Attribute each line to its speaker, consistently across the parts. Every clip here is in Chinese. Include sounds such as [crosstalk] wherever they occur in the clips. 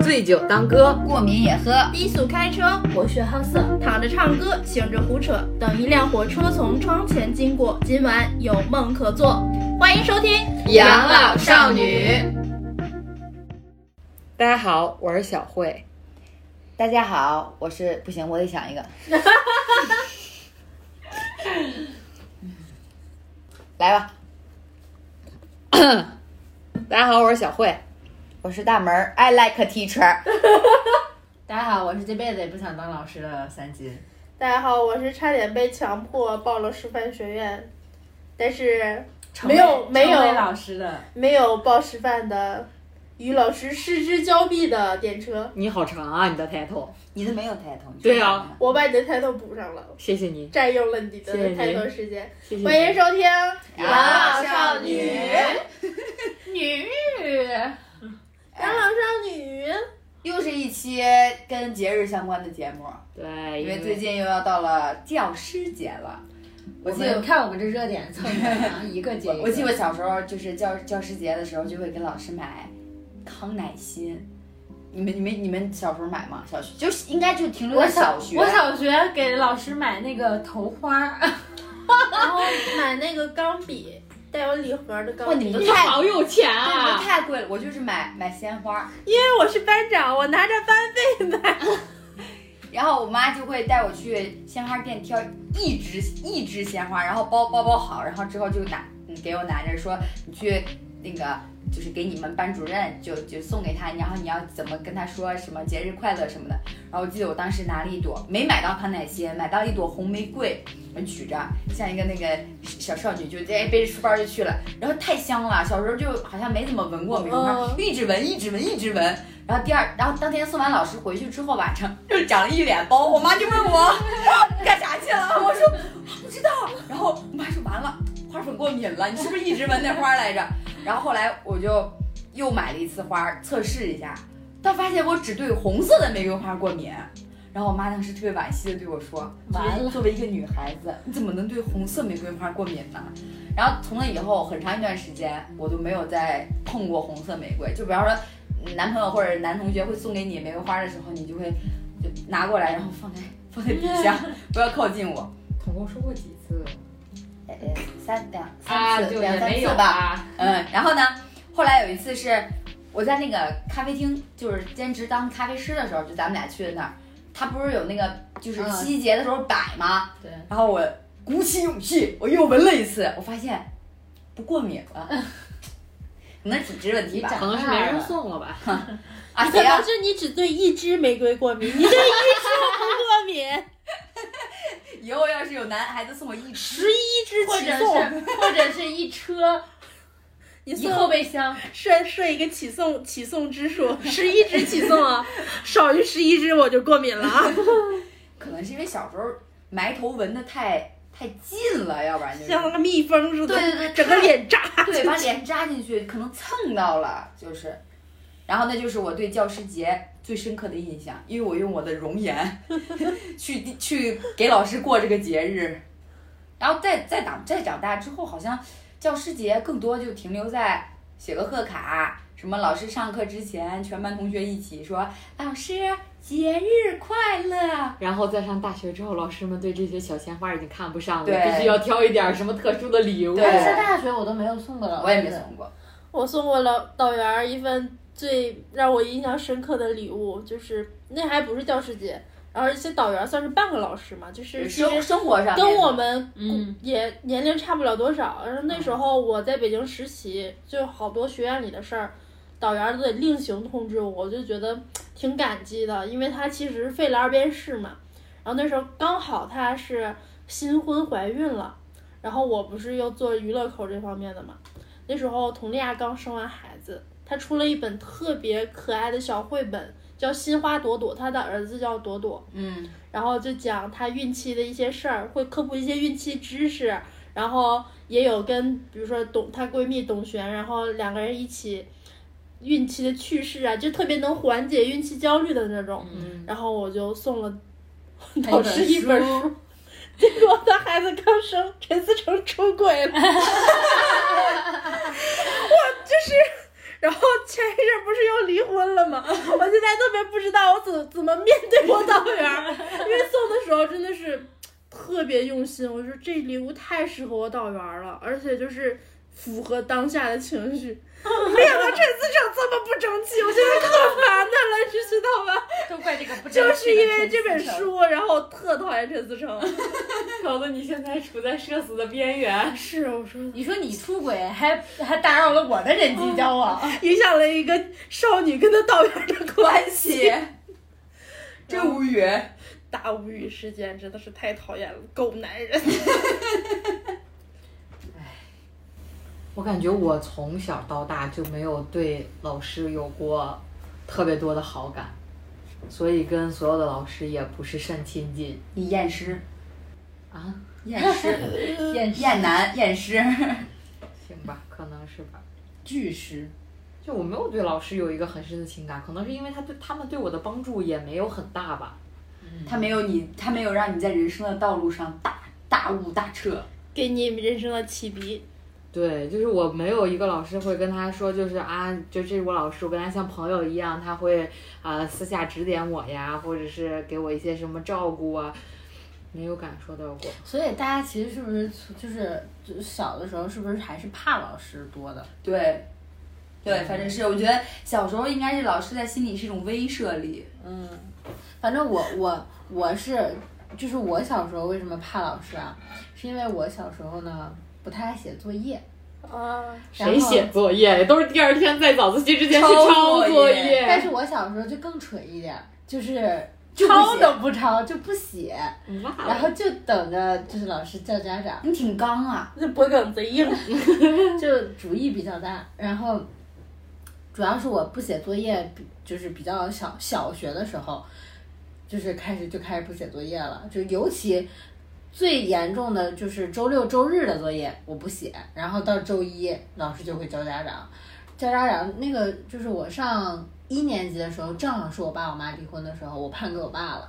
Speaker 1: 醉酒当歌，
Speaker 2: 过敏也喝。
Speaker 3: 低速开车，博学好色，躺着唱歌，醒着胡扯。等一辆火车从窗前经过，今晚有梦可做。欢迎收听《
Speaker 1: 养老少女》。大家好，我是小慧。
Speaker 2: 大家好，我是不行，我得想一
Speaker 1: [laughs]
Speaker 2: 个。来吧，
Speaker 1: [coughs] 大家好，我是小慧。
Speaker 2: 我是大门儿，I like
Speaker 1: [laughs]
Speaker 2: teacher。
Speaker 4: 大家好，我是这辈子也不想当老师的三金。
Speaker 3: 大家好，我是差点被强迫报了师范学院，但是
Speaker 4: 成
Speaker 3: 没
Speaker 4: 为
Speaker 3: 有没
Speaker 4: 成为老
Speaker 3: 有
Speaker 4: 师的，
Speaker 3: 没有报师范的，与老师失之交臂的电车，
Speaker 1: 你好长啊，你的 title。
Speaker 2: 你都没有抬头。你
Speaker 1: 对啊
Speaker 3: 我把你的抬头补上了，
Speaker 1: 谢谢你，
Speaker 3: 占用了你
Speaker 1: 谢谢
Speaker 3: 的
Speaker 1: 你
Speaker 3: 抬头时间。
Speaker 1: 谢谢你。
Speaker 3: 欢迎收听《
Speaker 2: 养
Speaker 4: 老啊少
Speaker 3: [laughs]
Speaker 4: 女女
Speaker 3: 养老少女》。
Speaker 2: 又是一期跟节日相关的节目，
Speaker 1: 对，
Speaker 2: 因为最近又要到了教师节了。我
Speaker 4: 我
Speaker 2: 记
Speaker 4: 们
Speaker 2: 得
Speaker 4: 看我们这热点蹭的，一个接一个。
Speaker 2: 我记得小时候就是教教师节的时候，就会给老师买康乃馨。你们你们你们小时候买吗？小学就是应该就停留在小学。
Speaker 4: 我小学给老师买那个头花，
Speaker 3: 然后买那个钢笔，带有礼盒的
Speaker 2: 哇，
Speaker 3: 钢
Speaker 2: 你们
Speaker 3: 笔。因
Speaker 2: 都
Speaker 1: 你
Speaker 2: 太
Speaker 1: 好有
Speaker 2: 对
Speaker 1: 钱
Speaker 2: 你们
Speaker 1: 啊！
Speaker 2: 太贵了，我就是买买鲜花，
Speaker 3: 为我是班长，我拿着班费买。
Speaker 2: 然后我妈就会带我去鲜花店挑一支一支鲜花，然后包包包好，然后之后就拿嗯给我拿着说你去那个就是给你们班主任就就送给他，然后你要怎么跟他说什么节日快乐什么的。然后我记得我当时拿了一朵，没买到康乃馨，买到了一朵红玫瑰，我举着像一个那个小少女就哎背着书包就去了，然后太香了，小时候就好像没怎么闻过玫瑰花，
Speaker 3: 嗯
Speaker 2: 一直闻一直闻一直闻。然后第二，然后当天送完老师回去之后，晚上就长了一脸包。我妈就问我干啥去了，我说不知道。然后我妈说完了，花粉过敏了，你是不是一直闻那花来着？然后后来我就又买了一次花测试一下，但发现我只对红色的玫瑰花过敏。然后我妈当时特别惋惜的对我说：“
Speaker 4: 完了
Speaker 2: 作为一个女孩子，你怎么能对红色玫瑰花过敏呢？”然后从那以后，很长一段时间我都没有再碰过红色玫瑰。就比方说，男朋友或者男同学会送给你玫瑰花的时候，你就会就拿过来，然后放在放在底下，不要靠近我。
Speaker 1: 总共说过几次？
Speaker 2: 呃呃，三两
Speaker 1: 啊，
Speaker 2: 三次、
Speaker 1: 就也
Speaker 2: 两三
Speaker 1: 没
Speaker 2: 次
Speaker 1: 有
Speaker 2: 吧。
Speaker 1: 吧。
Speaker 2: 嗯，然后呢，后来有一次是我在那个咖啡厅，就是兼职当咖啡师的时候，就咱们俩去的那儿，他不是有那个就是
Speaker 4: 嗯
Speaker 2: 七夕节的时候摆吗？
Speaker 4: 对，
Speaker 2: 然后我鼓起勇气，我又闻了一次，我发现不过敏了， [laughs] 可能体质问题吧
Speaker 4: 嗯你。长
Speaker 1: 可能是没人送了吧？
Speaker 2: 啊， [laughs]
Speaker 3: 可
Speaker 2: 谁呀、
Speaker 3: 能是你只对一支玫瑰过敏，你对一支不过敏，
Speaker 2: 以后要是有男孩子送我一支，
Speaker 3: 十一支
Speaker 4: 或
Speaker 3: 起
Speaker 4: 者
Speaker 3: 送。
Speaker 4: 是或者是一车
Speaker 3: 你
Speaker 4: [laughs] 一
Speaker 3: 送
Speaker 4: 后备箱，
Speaker 3: [laughs] 设设一个起送起送支数， [laughs] 十一支起送啊，少于十一支我就过敏了 [laughs] 啊。
Speaker 2: 可能是因为小时候埋头闻的太太近了，要不然就是
Speaker 3: 像那个蜜蜂似的，
Speaker 2: 对对对
Speaker 3: 整个脸扎。
Speaker 2: 对，把脸扎进去，可能蹭到了，就是。然后那就是我对教师节最深刻的印象，因为我用我的容颜
Speaker 3: [laughs]
Speaker 2: 去去给老师过这个节日。然后再再长再长大之后，好像教师节更多就停留在写个贺卡，什么老师上课之前，全班同学一起说老师节日快乐。
Speaker 1: 然后在上大学之后，老师们对这些小鲜花已经看不上了，
Speaker 2: 对
Speaker 1: 必须要挑一点什么特殊的礼物。
Speaker 2: 对
Speaker 4: 上大学我都没有送过
Speaker 3: 嗯
Speaker 4: 老师，
Speaker 2: 我也没送过，
Speaker 3: 我送过老导员儿一份最让我印象深刻的礼物，就是那还不是教师节，然后而且导员儿算是半个老师嘛，就是其
Speaker 2: 生
Speaker 3: 实
Speaker 2: 生活上面
Speaker 3: 跟我们
Speaker 4: 嗯
Speaker 3: 也年龄差不了多少。然后那时
Speaker 2: 嗯
Speaker 3: 候我在北京实习，就好多学院里的事儿，导员儿都得另行通知我，我就觉得挺感激的，因为他其实费了二遍事嘛。然后那时候刚好她是新婚怀孕了，然后我不是又做娱乐口这方面的嘛，那时候佟丽娅刚生完孩子，她出了一本特别可爱的小绘本，叫《心花朵朵》，她的儿子叫朵朵，
Speaker 2: 嗯，
Speaker 3: 然后就讲她孕期的一些事儿，会科普一些孕期知识，然后也有跟比如说董她闺蜜董璇，然后两个人一起孕期的趣事啊，就特别能缓解孕期焦虑的那种。
Speaker 1: 嗯，
Speaker 3: 然后我就送了 [laughs]
Speaker 4: 那
Speaker 3: 老师一本书，
Speaker 4: 书，
Speaker 3: [laughs] 结果他孩子刚生，陈思诚出轨了。我就是，然后前一阵不是又离婚了了
Speaker 2: [laughs]
Speaker 3: 吗？我现在特别不知道我怎怎么面对我导
Speaker 2: [laughs]
Speaker 3: 员儿，因为送的时候真的是特别用心。我说这礼物太适合我导员儿了，而且就是符合当下的情绪。没想到这次整这么不争气，我现在可烦他了，你知道
Speaker 2: [laughs]
Speaker 3: 吧？
Speaker 2: 都怪这个不真
Speaker 3: 就是
Speaker 2: 实的
Speaker 3: 因为
Speaker 2: 陈
Speaker 3: 这本
Speaker 2: 思诚，
Speaker 3: 书，然后我特讨厌陈思诚。
Speaker 2: [laughs]
Speaker 1: 搞得你现在处在社死的边缘。
Speaker 3: 是，我说
Speaker 4: 你说你出轨还还打扰了我的人际交往，
Speaker 3: 影响了一个少女跟她导员儿的关系。
Speaker 2: 写 [laughs] 真无语。
Speaker 3: 大无语事件真的是太讨厌了，狗男人。
Speaker 1: 我感觉我从小到大就没有对老师有过特别多的好感，所以跟所有的老师也不是甚亲近
Speaker 2: 你验尸，
Speaker 1: 啊。
Speaker 2: [laughs] 验尸， [laughs] 嗯验验男，验尸。
Speaker 1: 行吧，可能是吧。
Speaker 4: 巨师
Speaker 1: 就我没有对老师有一个很深的情感，可能是因为他对他们对我的帮助也没有很大吧。
Speaker 2: 他没有你，他没有让你在人生的道路上大大悟大彻。
Speaker 3: 给你人生的启迪。
Speaker 1: 对，就是我没有一个老师会跟他说，就是啊，就这是我老师，我跟他像朋友一样，他会啊、私下指点我呀，或者是给我一些什么照顾啊，没有感受到过。
Speaker 4: 所以大家其实是不是就是就小的时候是不是还是怕老师多的？
Speaker 2: 对，对，反正是我觉得小时候应该是老师在心里是一种威慑力。
Speaker 4: 嗯，反正我我我是就是我小时候为什么怕老师啊？是因为我小时候呢不太爱写作业，
Speaker 3: 啊，
Speaker 1: 谁写作业呀？都是第二天在早自习之前去
Speaker 2: 抄
Speaker 1: 抄
Speaker 2: 作业
Speaker 1: 业。
Speaker 4: 但是我小时候就更蠢一点，就是
Speaker 2: 就不
Speaker 4: 抄
Speaker 2: 写
Speaker 4: 都不抄，就不写，哦
Speaker 1: 哇
Speaker 4: 然后就等着就是老师叫家长，
Speaker 2: 你挺刚啊，
Speaker 3: 这脖梗贼硬。
Speaker 4: 就主意比较大。然后主要是我不写作业，比就是比较小小学的时候，就是开始就开始不写作业了，就尤其。最严重的就是周六周日的作业我不写，然后到周一老师就会叫家长，叫家长那个就是我上一年级的时候，正好是我爸我妈离婚的时候，我判给我爸了，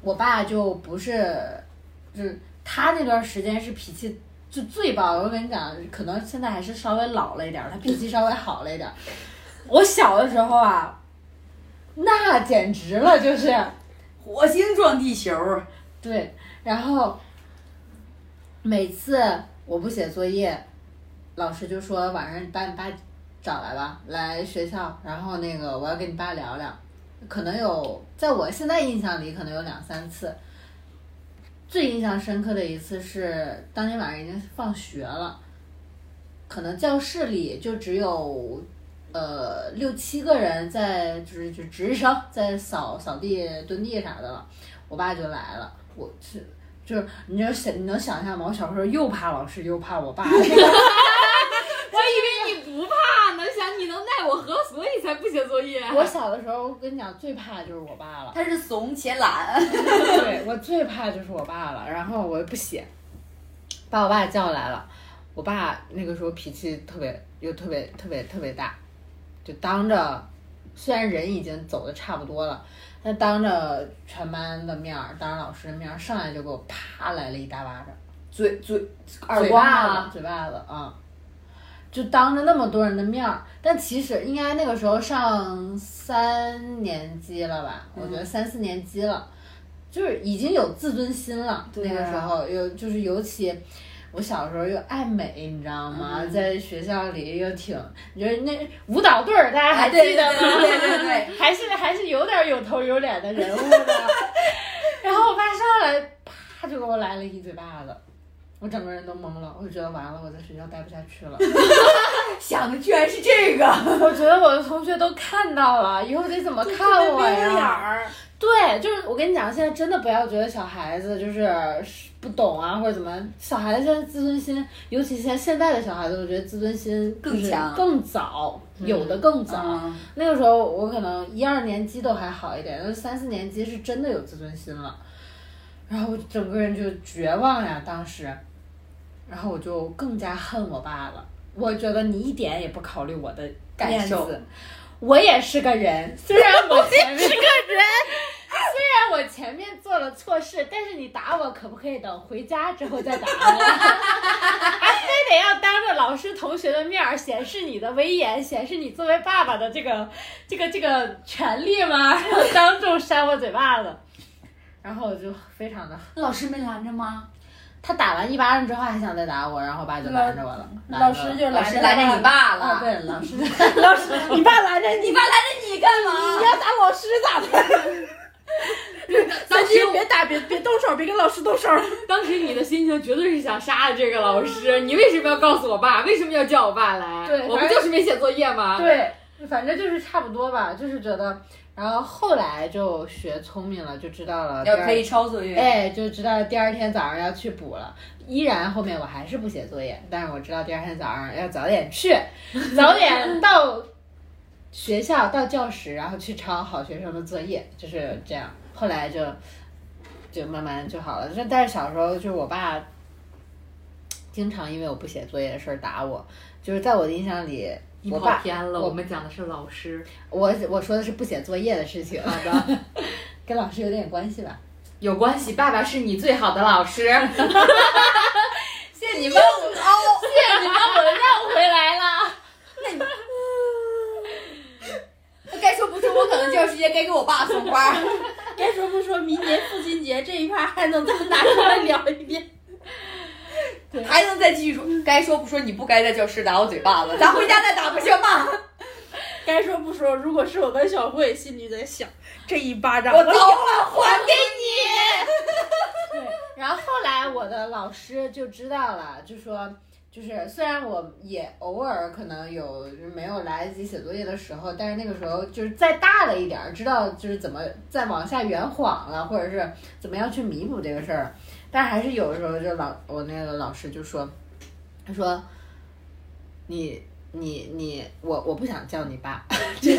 Speaker 4: 我爸就不是，就是嗯他那段时间是脾气就最暴。我跟你讲，可能现在还是稍微老了一点儿，他脾气稍微好了一点儿。我小的时候啊，那简直了，就是
Speaker 2: 火星撞地球。
Speaker 4: 对，然后每次我不写作业，老师就说晚上把你爸找来吧，来学校，然后那个我要跟你爸聊聊。可能有，在我现在印象里，可能有两三次。最印象深刻的一次是当天晚上已经放学了，可能教室里就只有呃六七个人在，就是就值日生在扫扫地、蹲地啥的了。我爸就来了，我是就是你就想你能想象吗？我小时候又怕老师又怕我爸，
Speaker 1: 我以为你不怕呢，想你能奈我何，所以才不写作
Speaker 4: [laughs]
Speaker 1: 业。啊
Speaker 4: 我小的时候我跟你讲最怕就是我爸了，
Speaker 2: 他是怂且懒， [laughs]
Speaker 4: 对我最怕就是我爸了，然后我又不写，把我爸叫来了，我爸那个时候脾气特别又特别特别特别大，就当着虽然人已经走的差不多了。但当着全班的面儿，当着老师的面儿，上来就给我啪来了一大巴掌。
Speaker 2: 嘴嘴耳
Speaker 4: 嘴
Speaker 2: 刮
Speaker 4: 巴
Speaker 2: 啊
Speaker 4: 子，，嘴巴子啊、就当着那么多人的面儿。但其实应该那个时候上三年级了吧？我
Speaker 2: 嗯
Speaker 4: 觉得三四年级了，就是已经有自尊心了。
Speaker 2: 对
Speaker 4: 那
Speaker 2: 啊
Speaker 4: 个时候有就是尤其。我小时候又爱美，你知道吗？
Speaker 2: 嗯
Speaker 4: 在学校里又挺，就是那舞蹈队儿，大家还
Speaker 2: 哎
Speaker 4: 记
Speaker 2: 对对
Speaker 4: 得吗？
Speaker 2: 对对对对，
Speaker 4: 还是还是有点有头有脸的人物
Speaker 2: [laughs]
Speaker 4: 的。然后我爸上来，啪就给我来了一嘴巴子，我整个人都懵了，我觉得完了，我在学校待不下去了。
Speaker 2: 想的居然是这个。
Speaker 4: [laughs] 我觉得我的同学都看到了，以后得怎么看我
Speaker 3: 没有眼
Speaker 4: 呀？
Speaker 3: 儿，
Speaker 4: 对，就是我跟你讲，现在真的不要觉得小孩子就是不懂啊，或者怎么样，小孩子现在自尊心，尤其现在现在的小孩子，我觉得自尊心
Speaker 2: 更
Speaker 4: 就是
Speaker 2: 强
Speaker 4: 更早，有的更早。
Speaker 2: 嗯，
Speaker 4: 那个时候我可能一二年级都还好一点，但是三四年级是真的有自尊心了，然后我整个人就绝望呀，当时，然后我就更加恨我爸了。我觉得你一点也不考虑我的感
Speaker 2: 面
Speaker 4: 受
Speaker 2: 子，
Speaker 5: [laughs]
Speaker 4: [laughs] 我也是个人，虽然我前面是个人，
Speaker 5: 虽然我前面做了错事，但是你打我可不可以等回家之后再打我？ [laughs] 还非得要当着老师同学的面儿显示你的威严，显示你作为爸爸的这个这个这个权利
Speaker 4: [laughs]
Speaker 5: 吗？然后当众扇我嘴巴子，
Speaker 4: 然后我就非常的，
Speaker 2: [laughs] 老师没拦着吗？
Speaker 4: 他打完一巴掌之后还想再打我，然后我爸就拦着我了，拦着
Speaker 3: 老师就
Speaker 4: 我了
Speaker 2: 老师
Speaker 3: 拦
Speaker 2: 拦
Speaker 3: 着
Speaker 2: 着你爸
Speaker 4: 哦
Speaker 2: 了，，哎
Speaker 4: 对，老师
Speaker 3: 老师，你爸拦着你，
Speaker 2: 你爸拦着你干嘛？
Speaker 4: 要打老师咋
Speaker 2: [laughs]
Speaker 4: 的？
Speaker 1: 当时
Speaker 4: [laughs]
Speaker 3: 别打，别别动手，别跟老师动手。
Speaker 1: 当时你的心情绝对是想杀了这个老师，你为什么要告诉我爸？为什么要叫我爸来？
Speaker 4: 对
Speaker 1: 我不
Speaker 4: 反正
Speaker 1: 就是没写作业吗？
Speaker 4: 对，反正就是差不多吧，就是觉得，然后后来就学聪明了，就知道了。
Speaker 2: 要
Speaker 4: 第二
Speaker 2: 可以抄作业，
Speaker 4: 哎，就知道第二天早上要去补了。依然后面我还是不写作业，但是我知道第二天早上要早点去，早点到学校到教室，然后去抄好学生的作业，就是这样。后来就就慢慢就好了。但但是小时候就是我爸经常因为我不写作业的事儿打我，就是在我的印象里，
Speaker 1: 你
Speaker 4: 我
Speaker 1: 跑
Speaker 4: 爸
Speaker 1: 偏了，
Speaker 4: 我
Speaker 1: 我们讲的是老师。
Speaker 4: 我我说的是不写作业的事情，啊
Speaker 1: 好的，
Speaker 4: [laughs] 跟老师有点关系吧。
Speaker 1: 有关系，爸爸是你最好的老师。
Speaker 2: 谢谢你们哦，谢谢你们。
Speaker 5: 回来了。
Speaker 2: 该说不说，我可能教师节该给我爸送花。
Speaker 3: [laughs] 该说不说，明年父亲节这一趴还能再拿出来聊一遍。 [laughs]
Speaker 2: 还能再继续说，该说不说，你不该在教室打我嘴巴子，咱回家再打不行吗？
Speaker 3: 该说不说，如果是我跟小慧，心里在想， [laughs] 这一巴掌
Speaker 2: 我早晚还给你。
Speaker 4: 然后后来我的老师就知道了，就说就是虽然我也偶尔可能有就是没有来得及写作业的时候，但是那个时候就是再大了一点儿，知道就是怎么再往下圆谎了，或者是怎么样去弥补这个事儿，但还是有的时候就老我那个老师就说，他说你你你我我不想叫你爸，
Speaker 5: 就拿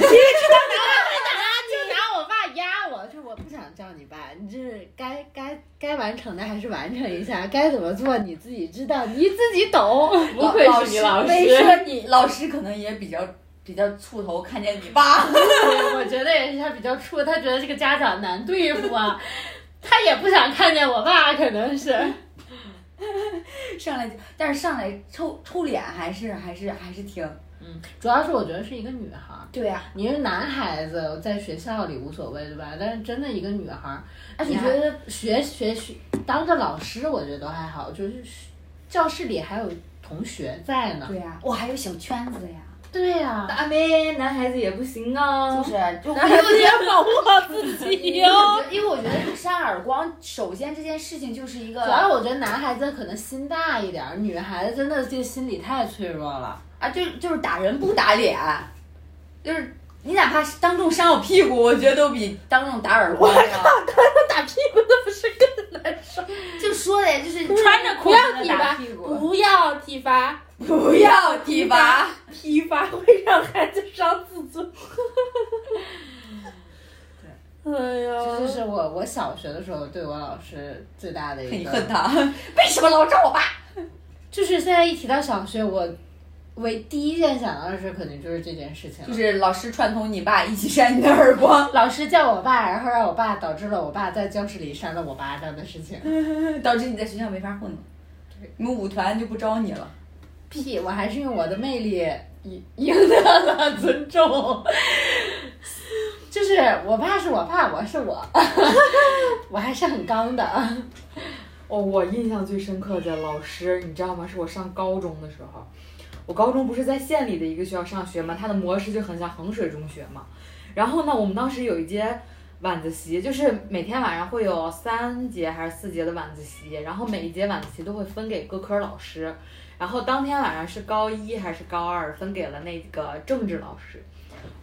Speaker 5: 我爸压我，
Speaker 4: 就是我不想叫你爸，你就是该该该完成的还是完成一下，该怎么做你自己知道，你自己懂。
Speaker 1: [laughs] 不愧是你老
Speaker 2: 没
Speaker 1: 师。
Speaker 2: 说你老师可能也比较比较触头看见你爸，
Speaker 5: 我觉得也是他比较怵，他觉得这个家长难对付啊，他也不想看见我爸，可能是。
Speaker 2: 上来就，但是上来抽抽脸还是还是还是挺
Speaker 4: 主要是我觉得是一个女孩儿，
Speaker 2: 对呀、
Speaker 4: 你是男孩子在学校里无所谓对吧？但是真的一个女孩儿，
Speaker 2: 而且
Speaker 4: 你觉
Speaker 2: 还
Speaker 4: 得学学学当个老师，我觉得都还好，就是教室里还有同学在呢。
Speaker 2: 对呀、我还有小圈子呀，
Speaker 4: 对啊呀、
Speaker 1: 大妹，男孩子也不行啊
Speaker 2: 就
Speaker 3: [laughs]
Speaker 2: 是就
Speaker 3: 男孩子也保护好自己
Speaker 2: 因为
Speaker 3: 哟、
Speaker 2: 我 [laughs] 觉得因为我觉得扇耳光，首先这件事情就是一
Speaker 4: 主
Speaker 2: 个
Speaker 4: 要我觉得男孩子可能心大一点儿，女孩子真的这个心理太脆弱了。
Speaker 2: 啊，就就是打人不打脸，就是你哪怕是当众扇我屁股，我觉得都比当众打耳光要。
Speaker 3: 打屁股那不是更难受？
Speaker 2: [laughs] 就说的就是
Speaker 3: [laughs] 穿着裤子
Speaker 2: 不要体
Speaker 3: 打
Speaker 2: 罚，
Speaker 3: 屁股，不要体罚，
Speaker 2: 不要体罚。
Speaker 3: 体罚会让孩子伤自尊。 [laughs] 哎
Speaker 4: 这
Speaker 3: 呀
Speaker 4: 就，是我我小学的时候对我老师最大的一
Speaker 2: 你
Speaker 4: 个
Speaker 2: 恨他，为什么老找我爸？
Speaker 4: 就是现在一提到小学，我唯第一件想到的事肯定就是这件事情了。
Speaker 2: 就是老师串通你爸一起扇你的耳光， [laughs]
Speaker 4: 老师叫我爸，然后让我爸导致了我爸在教室里扇了我巴掌的事情。
Speaker 2: 导致你在学校没法混了。你们舞团就不招你了，
Speaker 4: 屁！我还是用我的魅力赢赢得了尊重。就是我爸是我爸，我是我， [laughs] 我还是很刚的。
Speaker 1: 哦，我印象最深刻的老师，你知道吗？是我上高中的时候，我高中不是在县里的一个学校上学嘛，它的模式就很像衡水中学嘛。然后呢，我们当时有一节晚自习，就是每天晚上会有三节还是四节的晚自习，然后每一节晚自习都会分给各科老师。然后当天晚上是高一还是高二，分给了那个政治老师。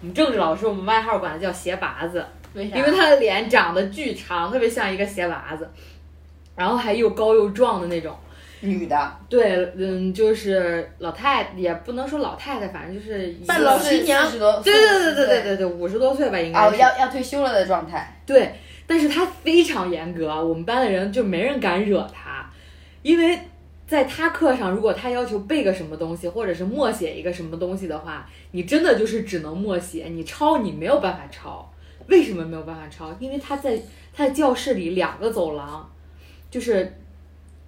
Speaker 1: 我们政治老师，我们外号管他叫鞋拔子。
Speaker 4: 为啥？
Speaker 1: 因为他的脸长得巨长，特别像一个鞋娃子，然后还又高又壮的那种。
Speaker 2: 女的，
Speaker 1: 对，嗯，就是老太，也不能说老太太，反正就是一个
Speaker 3: 半老师娘
Speaker 2: 哦四十多，
Speaker 1: 对对对对对
Speaker 2: 对
Speaker 1: 对对，五十多岁吧，应
Speaker 2: 啊，
Speaker 1: 该是。
Speaker 2: 要要退休了的状态，
Speaker 1: 对，但是他非常严格，我们班的人就没人敢惹他，因为在他课上，如果他要求背个什么东西，或者是默写一个什么东西的话，你真的就是只能默写，你抄你没有办法抄，为什么没有办法抄？因为他在他的教室里两个走廊，就是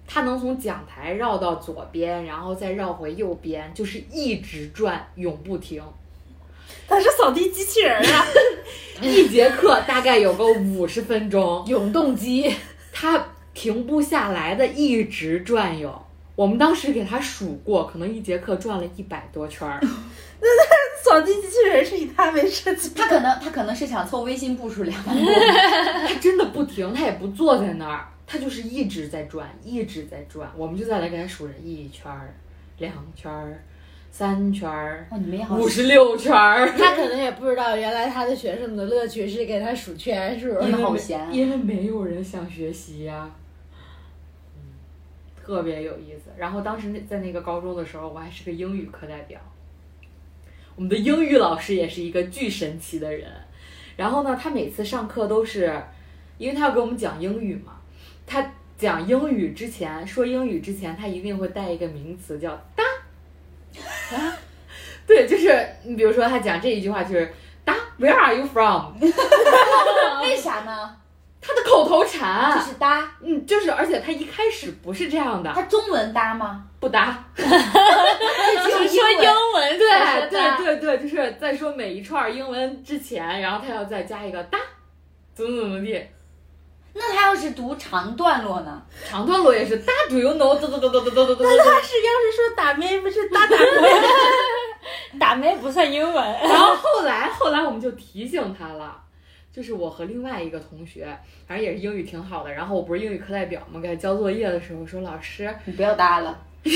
Speaker 1: 他能从讲台绕到左边，然后再绕回右边，就是一直转，永不停。
Speaker 5: 他是扫地机器人啊！
Speaker 1: 一节课大概有个五十分钟，
Speaker 4: 永动机，
Speaker 1: 他停不下来的一直转悠。我们当时给他数过，可能一节课转了一百多圈儿。
Speaker 5: 扫地机器人是以他为设计，
Speaker 2: 他可能他可能是想凑微信步数两百步，
Speaker 1: 他真的不停，他也不坐在那儿，他就是一直在转，一直在转。我们就在那给他数着一圈儿、两圈儿、三圈儿、
Speaker 2: 哇，你们也好
Speaker 1: 五，十六圈儿。
Speaker 4: 他可能也不知道，原来他的学生的乐趣是给他数圈数。
Speaker 2: 你们好闲啊，
Speaker 1: 因为没有人想学习呀、嗯，特别有意思。然后当时那在那个高中的时候，我还是个英语课代表，我们的英语老师也是一个巨神奇的人。然后呢，他每次上课都是，因为他要给我们讲英语嘛，他讲英语之前说英语之前，他一定会带一个名词叫“
Speaker 4: [laughs]
Speaker 1: 哒”，啊，对，就是你比如说他讲这一句话就是“哒 ”，Where are you from？
Speaker 2: 为啥呢？
Speaker 1: 他的口头
Speaker 2: 就
Speaker 1: 禅，
Speaker 2: 是搭，
Speaker 1: 嗯，就是，而且他一开始不是这样的，
Speaker 2: 他中文搭吗？
Speaker 4: [laughs]
Speaker 1: 不搭，
Speaker 2: 就是
Speaker 5: 说英文
Speaker 1: 对
Speaker 5: 对
Speaker 1: 对对对，就是在说每一串英文之前，然后他要再加一个搭，怎么怎么地，
Speaker 2: 那他要是读长段落呢？
Speaker 1: 长段落也是搭，Do you know？哒哒哒哒哒哒哒哒
Speaker 5: 但是要是说打妹，不是大打妹，打妹不算英文。
Speaker 1: 然后后来后来我们就提醒他了。就是我和另外一个同学，反正也是英语挺好的。然后我不是英语课代表嘛，给他交作业的时候说：“老师，
Speaker 2: 你不要搭了，
Speaker 1: 你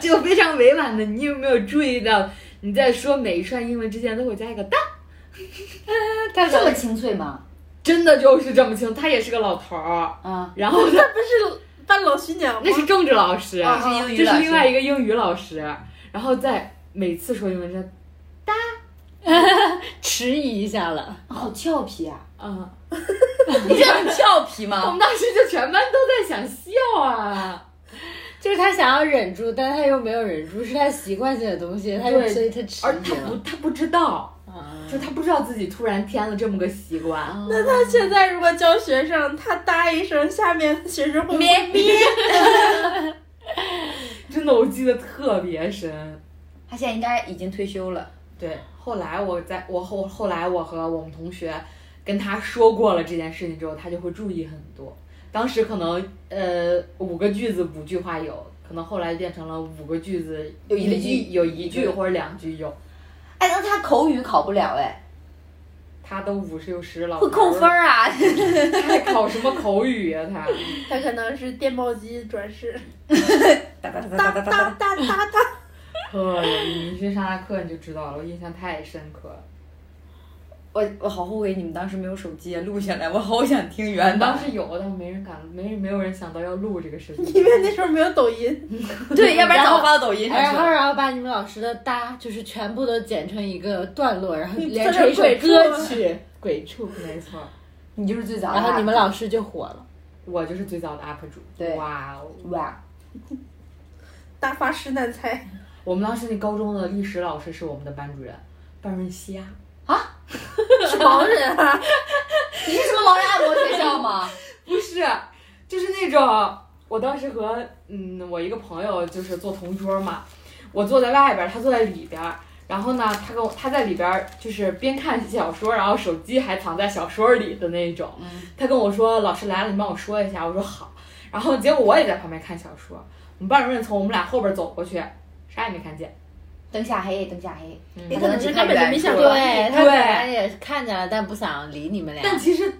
Speaker 1: 就非常委婉的，你有没有注意到你在说每一串英文之前都会加一个哒？
Speaker 2: 这么清脆吗？
Speaker 1: 真的就是这么轻，他也是个老头儿，
Speaker 2: 啊，
Speaker 1: 然后他
Speaker 5: 不是扮老徐娘吗？
Speaker 1: 那是政治老师，
Speaker 2: 这是英语
Speaker 1: 这
Speaker 2: 老
Speaker 1: 是
Speaker 2: 师，
Speaker 1: 另外一个英语老师，然后在每次说英文真的，
Speaker 4: 迟疑一下了，
Speaker 2: 好俏皮啊！
Speaker 1: 嗯，
Speaker 2: [laughs] 你这很俏皮
Speaker 1: 我
Speaker 2: 吗？
Speaker 1: 们当时就全班都在想笑啊，
Speaker 4: 就是他想要忍住，但他又没有忍住，是他习惯性的东西，他又
Speaker 1: 对
Speaker 4: 所以他迟
Speaker 1: 而
Speaker 4: 疑
Speaker 1: 他不
Speaker 4: 了。
Speaker 1: 他不知道，
Speaker 4: 啊
Speaker 1: 就他不知道自己突然添了这么个习惯，
Speaker 5: 那他现在如果教学生，他搭一声，下面学生会
Speaker 2: 咩咩，
Speaker 1: 真的我记得特别深。
Speaker 2: 他现在应该已经退休了。 [laughs]
Speaker 1: 对，后来我在我后后来我和我们同学跟他说过了这件事情之后，他就会注意很多。当时可能呃五个句子五句话有，可能后来变成了五个句子
Speaker 2: 有一
Speaker 1: 一
Speaker 2: 句
Speaker 1: 有一句
Speaker 2: 对
Speaker 1: 或者两句有，
Speaker 2: 哎，那他口语考不了哎，
Speaker 1: 他都五十六十了，
Speaker 2: 会扣分，儿 [laughs] 啊！
Speaker 1: 他还考什么口语呀、 [laughs] 他？
Speaker 3: 他可能是电报机转世。
Speaker 2: 哒哒哒
Speaker 5: 哒哒哒哒哒哒。
Speaker 1: 特有意思，你去上他课你就知道了，我印象太深刻了。
Speaker 2: 我我好后悔你们当时没有手机录下来，我好想听原
Speaker 1: 当
Speaker 2: 版。
Speaker 1: 时有，但没人敢，没没有人想到要录这个事情，
Speaker 5: 因为那时候没有抖音，
Speaker 2: [laughs] 对，要不然早发到抖音上
Speaker 4: 然
Speaker 2: 去
Speaker 4: 后，
Speaker 2: 了。
Speaker 4: 然后把你们老师的搭就是全部都剪成一个段落，
Speaker 1: [laughs]
Speaker 4: 然后
Speaker 5: 你
Speaker 4: 连
Speaker 5: 在
Speaker 4: 成
Speaker 5: 这
Speaker 4: 一首
Speaker 5: 鬼畜
Speaker 4: 歌
Speaker 5: 吗
Speaker 4: 曲，
Speaker 1: 鬼畜没错。
Speaker 2: 你就是最早的
Speaker 4: 然
Speaker 2: 啊。
Speaker 4: 后你们老师就火了。
Speaker 1: 我就是最早的 UP 主，
Speaker 2: 对
Speaker 1: 哇哦！
Speaker 2: 哇，
Speaker 5: 大发师难猜。
Speaker 1: 我们当时那高中的历史老师是我们的班主任，班主任瞎，
Speaker 5: 是盲人啊！
Speaker 2: 你是什么盲人按摩学校吗？ [laughs]
Speaker 1: [laughs] 不是，就是那种我当时和嗯我一个朋友就是坐同桌嘛，我坐在外边儿，他坐在里边儿，然后呢，他跟我他在里边儿就是边看小说，然后手机还藏在小说里的那种。
Speaker 2: 嗯，
Speaker 1: 他跟我说老师来了，你帮我说一下。我说好。然后结果我也在旁边看小说，我们班主任从我们俩后边儿走过去，啥也没看见。
Speaker 2: 灯下黑，灯下黑。
Speaker 1: 嗯
Speaker 5: 你可能是根本就没想
Speaker 2: 对
Speaker 5: 过。
Speaker 4: 他可
Speaker 1: 对
Speaker 4: 能也看见了，但不想理你们俩。
Speaker 1: 但其实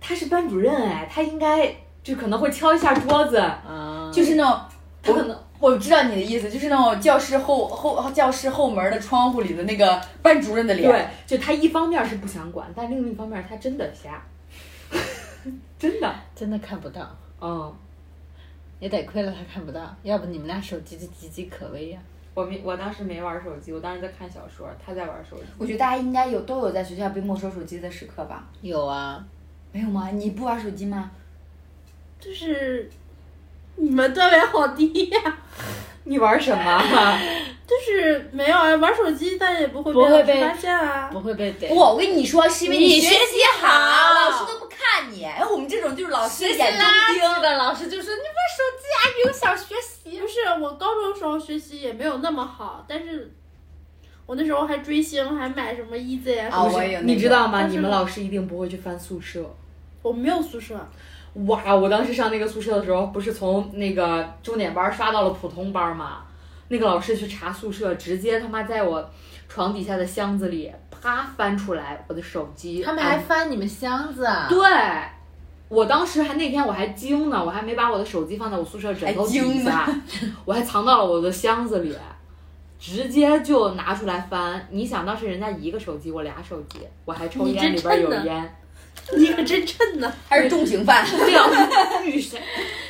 Speaker 1: 他是班主任哎，他应该就可能会敲一下桌子，
Speaker 4: 啊，
Speaker 2: 就是那种，
Speaker 1: 他可能
Speaker 2: 嗯我知道你的意思，就是那种教室后后教室后门的窗户里的那个班主任的脸。
Speaker 1: 对，就他一方面是不想管，但另一方面他真的瞎， [laughs] 真的，
Speaker 4: 真的看不到，
Speaker 1: 嗯，
Speaker 4: 也得亏了他看不到，要不你们俩手机就岌岌可危呀、
Speaker 1: 我没，我当时没玩手机，我当时在看小说，他在玩手机。
Speaker 2: 我觉得大家应该有都有在学校被没收手机的时刻吧？
Speaker 4: 有啊，
Speaker 2: 没有吗？你不玩手机吗？
Speaker 5: 就是你们段位好低呀、
Speaker 1: 你玩什么？
Speaker 3: 就是没有啊，玩手机但也不会
Speaker 5: 不会
Speaker 3: 被
Speaker 5: 被
Speaker 3: 老师发现啊。
Speaker 5: 不会被逮。
Speaker 2: 我我跟你说，是因为
Speaker 5: 你学
Speaker 2: 学习
Speaker 5: 习
Speaker 2: 好，
Speaker 5: 好
Speaker 2: 老师都不看你。哎，我们这种就是老师眼中
Speaker 5: 钉的老师就说：“你玩手机啊，影响学习。
Speaker 3: 不是，我高中时候学习也没有那么好，但是我那时候还追星，还买什么 EZ 啊
Speaker 2: [laughs]
Speaker 3: 什
Speaker 2: 啊，
Speaker 3: 么
Speaker 2: 我也有那种。
Speaker 1: 你知道吗？
Speaker 3: 但是
Speaker 1: 你们老师一定不会去翻宿舍。
Speaker 3: 我没有宿舍，
Speaker 1: 哇！我当时上那个宿舍的时候，不是从那个重点班刷到了普通班嘛？那个老师去查宿舍，直接他妈在我床底下的箱子里啪翻出来我的手机。
Speaker 4: 他们还翻你们箱子啊？
Speaker 1: 对，我当时还那天我还惊呢，我还没把我的手机放在我宿舍枕头底下，我还藏到了我的箱子里，直接就拿出来翻。你想当时人家一个手机，我俩手机，我还抽
Speaker 3: 你
Speaker 1: 烟，
Speaker 3: 真
Speaker 1: 里边有
Speaker 3: 趁呢
Speaker 1: 烟，
Speaker 3: 你可真趁呢。
Speaker 2: 还是重刑犯， [laughs]
Speaker 1: 这样巨神。”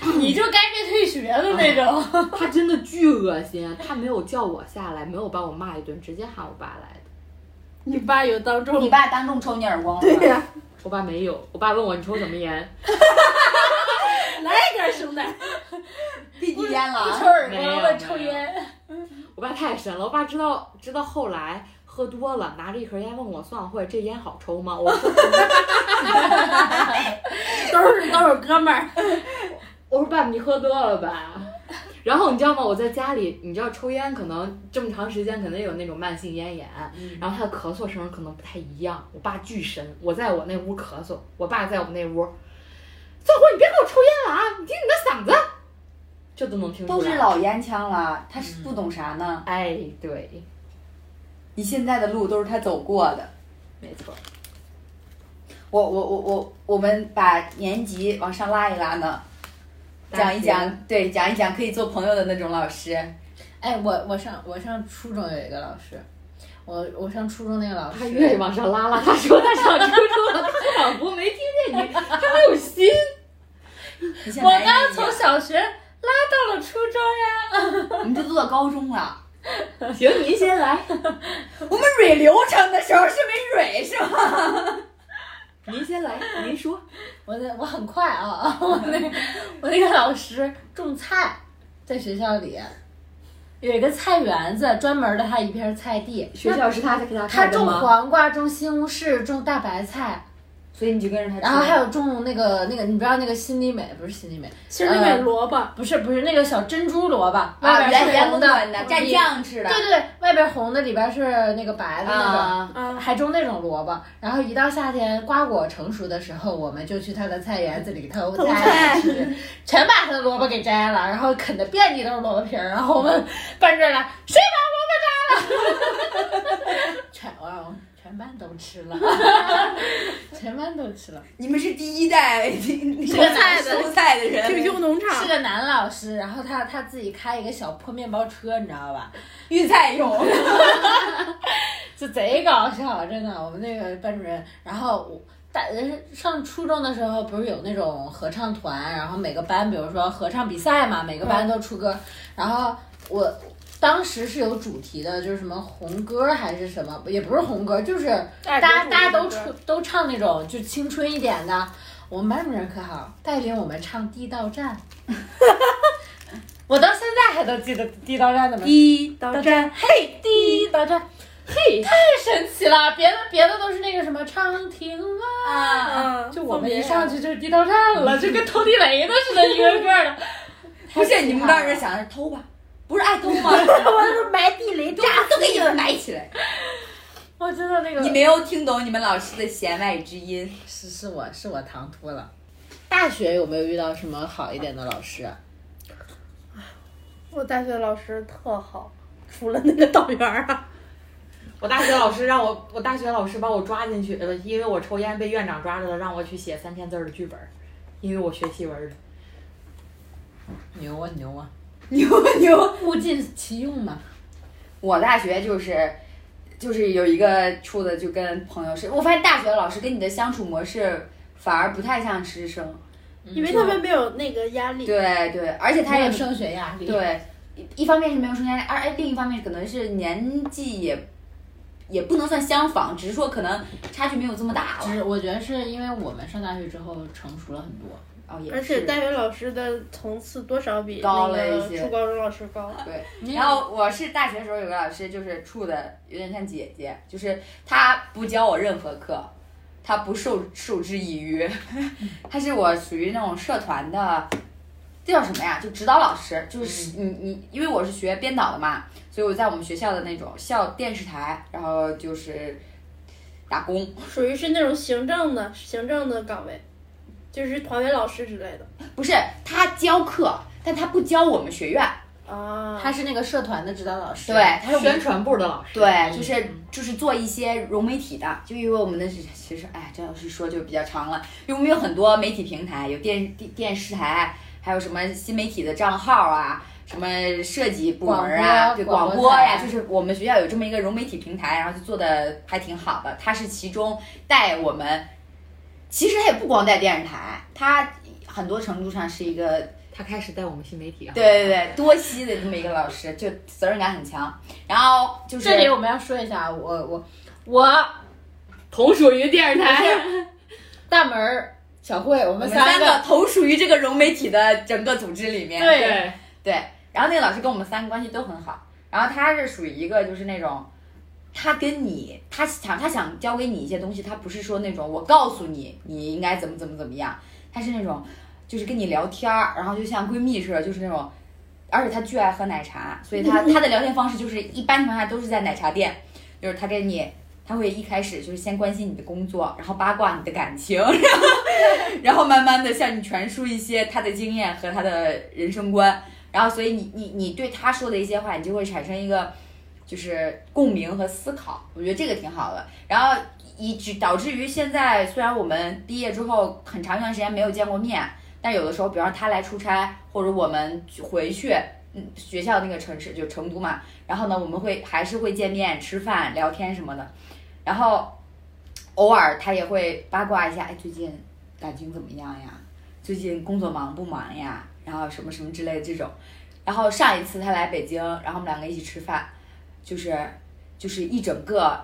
Speaker 1: [laughs]
Speaker 5: 你就该被退学的那种。
Speaker 1: 他真的巨恶心，他没有叫我下来，没有把我骂一顿，直接喊我爸来的。
Speaker 3: 你爸有当
Speaker 2: [laughs]
Speaker 3: 众
Speaker 2: 你爸当众抽你耳光了。
Speaker 3: 对呀、
Speaker 1: 我爸没有，我爸问我你抽什么烟，
Speaker 3: 来一根兄弟，
Speaker 2: 闭地烟了
Speaker 5: 抽
Speaker 2: 啊。
Speaker 5: 耳
Speaker 1: 没有
Speaker 5: 光问抽烟，
Speaker 1: 我爸太神了，我爸知道知道后来喝多了，拿着一盒烟问我算会这烟好抽吗？我说
Speaker 3: 都是都是哥们儿。
Speaker 1: 我说爸你喝多了吧。然后你知道吗？我在家里，你知道抽烟可能这么长时间，可能有那种慢性咽炎，然后他的咳嗽声可能不太一样。我爸巨神，我在我那屋咳嗽，我爸在我那屋，算会你别给我抽烟了啊！你听你的嗓子，这都能听出来。
Speaker 2: 都
Speaker 4: 啊
Speaker 2: 是老烟枪了，他
Speaker 4: 嗯
Speaker 2: 是不懂啥呢？
Speaker 1: 哎，对，
Speaker 2: 你现在的路都是他走过的。
Speaker 1: 没错。
Speaker 2: 我我我我，我们把年级往上拉一拉呢，讲一
Speaker 1: 大
Speaker 2: 讲，对，讲一讲可以做朋友的那种老师。
Speaker 4: 哎，我我上我上初中有一个老师，我我上初中那个老
Speaker 1: 他
Speaker 4: 师， [laughs]
Speaker 1: 越往上拉拉，他说他上初中了，他仿佛没听见你，他没有心。
Speaker 2: 你现
Speaker 5: 我
Speaker 2: 在
Speaker 5: 刚从小学拉到了初中呀。
Speaker 2: 你都读到高中了，
Speaker 1: 行，您先来，
Speaker 2: 我们蕊流程的时候是没蕊是吗？ [laughs]
Speaker 1: 您先来，您说。
Speaker 4: 我那我很快啊， [laughs] 我那我那个老师种菜，在学校里有一个菜园子，专门的他一片菜地，
Speaker 1: 学校是他给他
Speaker 4: 他
Speaker 1: 开的
Speaker 4: 种
Speaker 1: 吗？
Speaker 4: 黄瓜，种西红柿，种大白菜，
Speaker 2: 所以你就跟着他去。
Speaker 4: 然啊后还有种那个那个，你不知道那个新丽美不是新丽美，呃
Speaker 3: 其实那美萝卜，
Speaker 4: 不是不是那个小珍珠萝卜，
Speaker 2: 啊，
Speaker 4: 外边
Speaker 2: 圆
Speaker 4: 是
Speaker 2: 圆
Speaker 4: 红
Speaker 2: 滚
Speaker 4: 的，
Speaker 2: 滚的，蘸酱吃的。
Speaker 4: 对对对，外边红的，里边是那个白的那种。
Speaker 2: 啊，
Speaker 3: 啊，
Speaker 4: 还种那种萝卜，然后一到夏天瓜果成熟的时候，我们就去他的菜园子里偷
Speaker 3: 偷
Speaker 4: 菜吃，全把他的萝卜给摘了，然后啃的遍地都是萝卜皮儿，然后我们班主任来，谁
Speaker 2: [laughs]
Speaker 4: 把萝卜摘了？全哇，全班都吃了，全班都吃了。
Speaker 2: 你们是第一代 [laughs] 吃
Speaker 3: 菜的
Speaker 2: 收菜的
Speaker 3: 这个
Speaker 2: 人，
Speaker 3: 用农场
Speaker 4: 是个男老师，然后他他自己开一个小破面包车，你知道吧？
Speaker 2: 运菜
Speaker 4: [laughs]
Speaker 2: 用。
Speaker 4: 就贼搞笑，真的。我们那个班主任，然后我大上初中的时候，不是有那种合唱团，然后每个班，比如说合唱比赛嘛，每个班都出歌，然后我。当时是有主题的，就是什么红歌还是什么，也不是红歌，就是
Speaker 3: 大
Speaker 4: 大家大家都出都唱那种就青春一点的。我们班主任可好，带领我们唱《地道战》， [laughs] 我到现在还都记得《地道战》怎么唱
Speaker 3: 一到
Speaker 4: 到站，嘿，第一到站，嘿，太神奇了！别的别的都是那个什么长亭啊，嗯
Speaker 2: 啊，
Speaker 3: 啊，
Speaker 4: 就我
Speaker 3: 放
Speaker 4: 们
Speaker 3: 别
Speaker 4: 一
Speaker 3: 人
Speaker 4: 上去就是地道战了，就跟投地雷的似的，一个个的。
Speaker 2: 不是你们当
Speaker 4: 啊
Speaker 2: 时想着偷吧？不是爱偷
Speaker 4: [laughs]
Speaker 2: 吗？
Speaker 4: 我说埋地雷，
Speaker 2: 炸都给你们埋起来。
Speaker 4: [laughs] 我真的那
Speaker 2: 你
Speaker 4: 个
Speaker 2: 没有听懂你们老师的弦外之音。
Speaker 4: 是是我是我唐突了。大学有没有遇到什么好一点的老师？啊
Speaker 3: 我大学老师特好，除了那个导员儿啊，
Speaker 1: 我大学老师让我，我大学老师把我抓进去，呃，因为我抽烟被院长抓着了，让我去写三千字儿的剧本儿，因为我学戏文儿的。
Speaker 4: 牛啊牛啊，
Speaker 2: 牛牛！
Speaker 4: 物尽其用嘛。
Speaker 2: 我大学就是，就是有一个处的就跟朋友是，我发现大学老师跟你的相处模式反而不太像师生。
Speaker 4: 嗯
Speaker 3: 因为他们没有那个压力。
Speaker 2: 对对，而且他
Speaker 4: 没
Speaker 2: 也
Speaker 4: 有升学压力。，
Speaker 2: 对，一一方面是没有生压力，二哎另一方面可能是年纪也也不能算相仿，只是说可能差距没有这么大
Speaker 4: 只
Speaker 2: 了。
Speaker 4: 是我觉得是因为我们上大学之后成熟了很多，
Speaker 2: 哦，也
Speaker 3: 而且
Speaker 2: 是。
Speaker 3: 代表老师的层次多少比
Speaker 2: 高
Speaker 3: 那
Speaker 2: 了
Speaker 3: 个
Speaker 2: 一些
Speaker 3: 初高中老师高。
Speaker 2: 对，
Speaker 4: 嗯
Speaker 2: 然后我是大学时候有个老师，就是处的有点像姐姐，就是她不教我任何课，她不授授之以鱼， [laughs] 她是我属于那种社团的，这叫什么呀？就指导老师，就是你你，因为我是学编导的嘛，所以我在我们学校的那种校电视台，然后就是打工，
Speaker 3: 属于是那种行政的行政的岗位，就是团委老师之类的
Speaker 2: 不是她教课，但她不教我们学院，
Speaker 3: 啊。
Speaker 4: 他是那个社团的指导老师，
Speaker 2: 对，，她是我们
Speaker 1: 宣传部的老师，
Speaker 2: 对，就是就是做一些融媒体的，就因为我们的其实，哎，这要是说就比较长了，因为我们有很多媒体平台，有电电电视台，还有什么新媒体的账号啊，什么设计部门啊，
Speaker 4: 广播
Speaker 2: 对
Speaker 4: 广
Speaker 2: 广
Speaker 4: 播
Speaker 2: 播呀，
Speaker 4: 台
Speaker 2: 就是我们学校有这么一个融媒体平台，然后就做的还挺好的。他是其中带我们，其实他也不光带电视台，他很多程度上是一个
Speaker 1: 他开始带我们新媒体啊。
Speaker 2: 对对对多西的这么一个老师，就责任感很强。然后就是
Speaker 4: 这里我们要说一下，我我
Speaker 1: 我同属于电视台，
Speaker 4: 大门儿小慧，
Speaker 2: 我
Speaker 4: 我们
Speaker 2: 们三
Speaker 4: 个
Speaker 2: 个同属于这个融媒体的整个组织
Speaker 1: [laughs]
Speaker 2: 里面。
Speaker 5: 对
Speaker 1: 对，
Speaker 2: 对然后那个老师跟我们三个关系都很好，然后他是属于一个就是那种，他跟你他想他想教给你一些东西，他不是说那种我告诉你你应该怎么怎么怎么样，他是那种就是跟你聊天儿，然后就像闺蜜似的，就是那种。而且他巨爱喝奶茶，所以他他的聊天方式就是一般情况下都是在奶茶店，就是他跟你，他会一开始就是先关心你的工作，然后八卦你的感情， [laughs] 然后然后慢慢的向你传输一些他的经验和他的人生观，然后所以你你你对他说的一些话，你就会产生一个就是共鸣和思考，我觉得这个挺好的。然后以至导致于现在，虽然我们毕业之后很长一段时间没有见过面，但有的时候，比方他来出差，或者我们回去，嗯，学校那个城市就成都嘛，然后呢，我们会还是会见面、吃饭、聊天什么的，然后偶尔他也会八卦一下，哎，最近感情怎么样呀？最近工作忙不忙呀？然后什么什么之类的这种。然后上一次他来北京，然后我们两个一起吃饭，就是就是一整个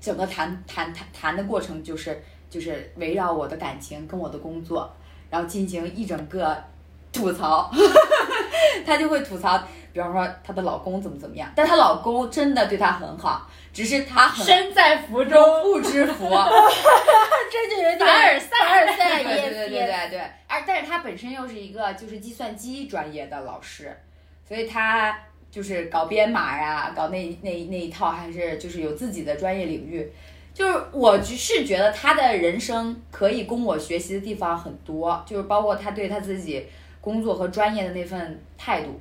Speaker 2: 整个谈谈谈谈的过程，就是就是围绕我的感情跟我的工作，然后进行一整个吐槽， [laughs] 她就会吐槽，比方说她的老公怎么怎么样，但她老公真的对她很好，只是她很
Speaker 5: 身在福中，
Speaker 2: 中不知
Speaker 4: [laughs]
Speaker 2: 福，
Speaker 4: 这就有点
Speaker 2: 凡尔
Speaker 4: 赛，凡尔
Speaker 2: [laughs]
Speaker 4: 赛
Speaker 2: 对对
Speaker 4: 耶，
Speaker 2: 对对对对，而但是他本身又是一个就是计算机专业的老师，所以他就是搞编码呀、搞那那那一套，还是就是有自己的专业领域。就是我只是觉得他的人生可以供我学习的地方很多，就是包括他对他自己工作和专业的那份态度，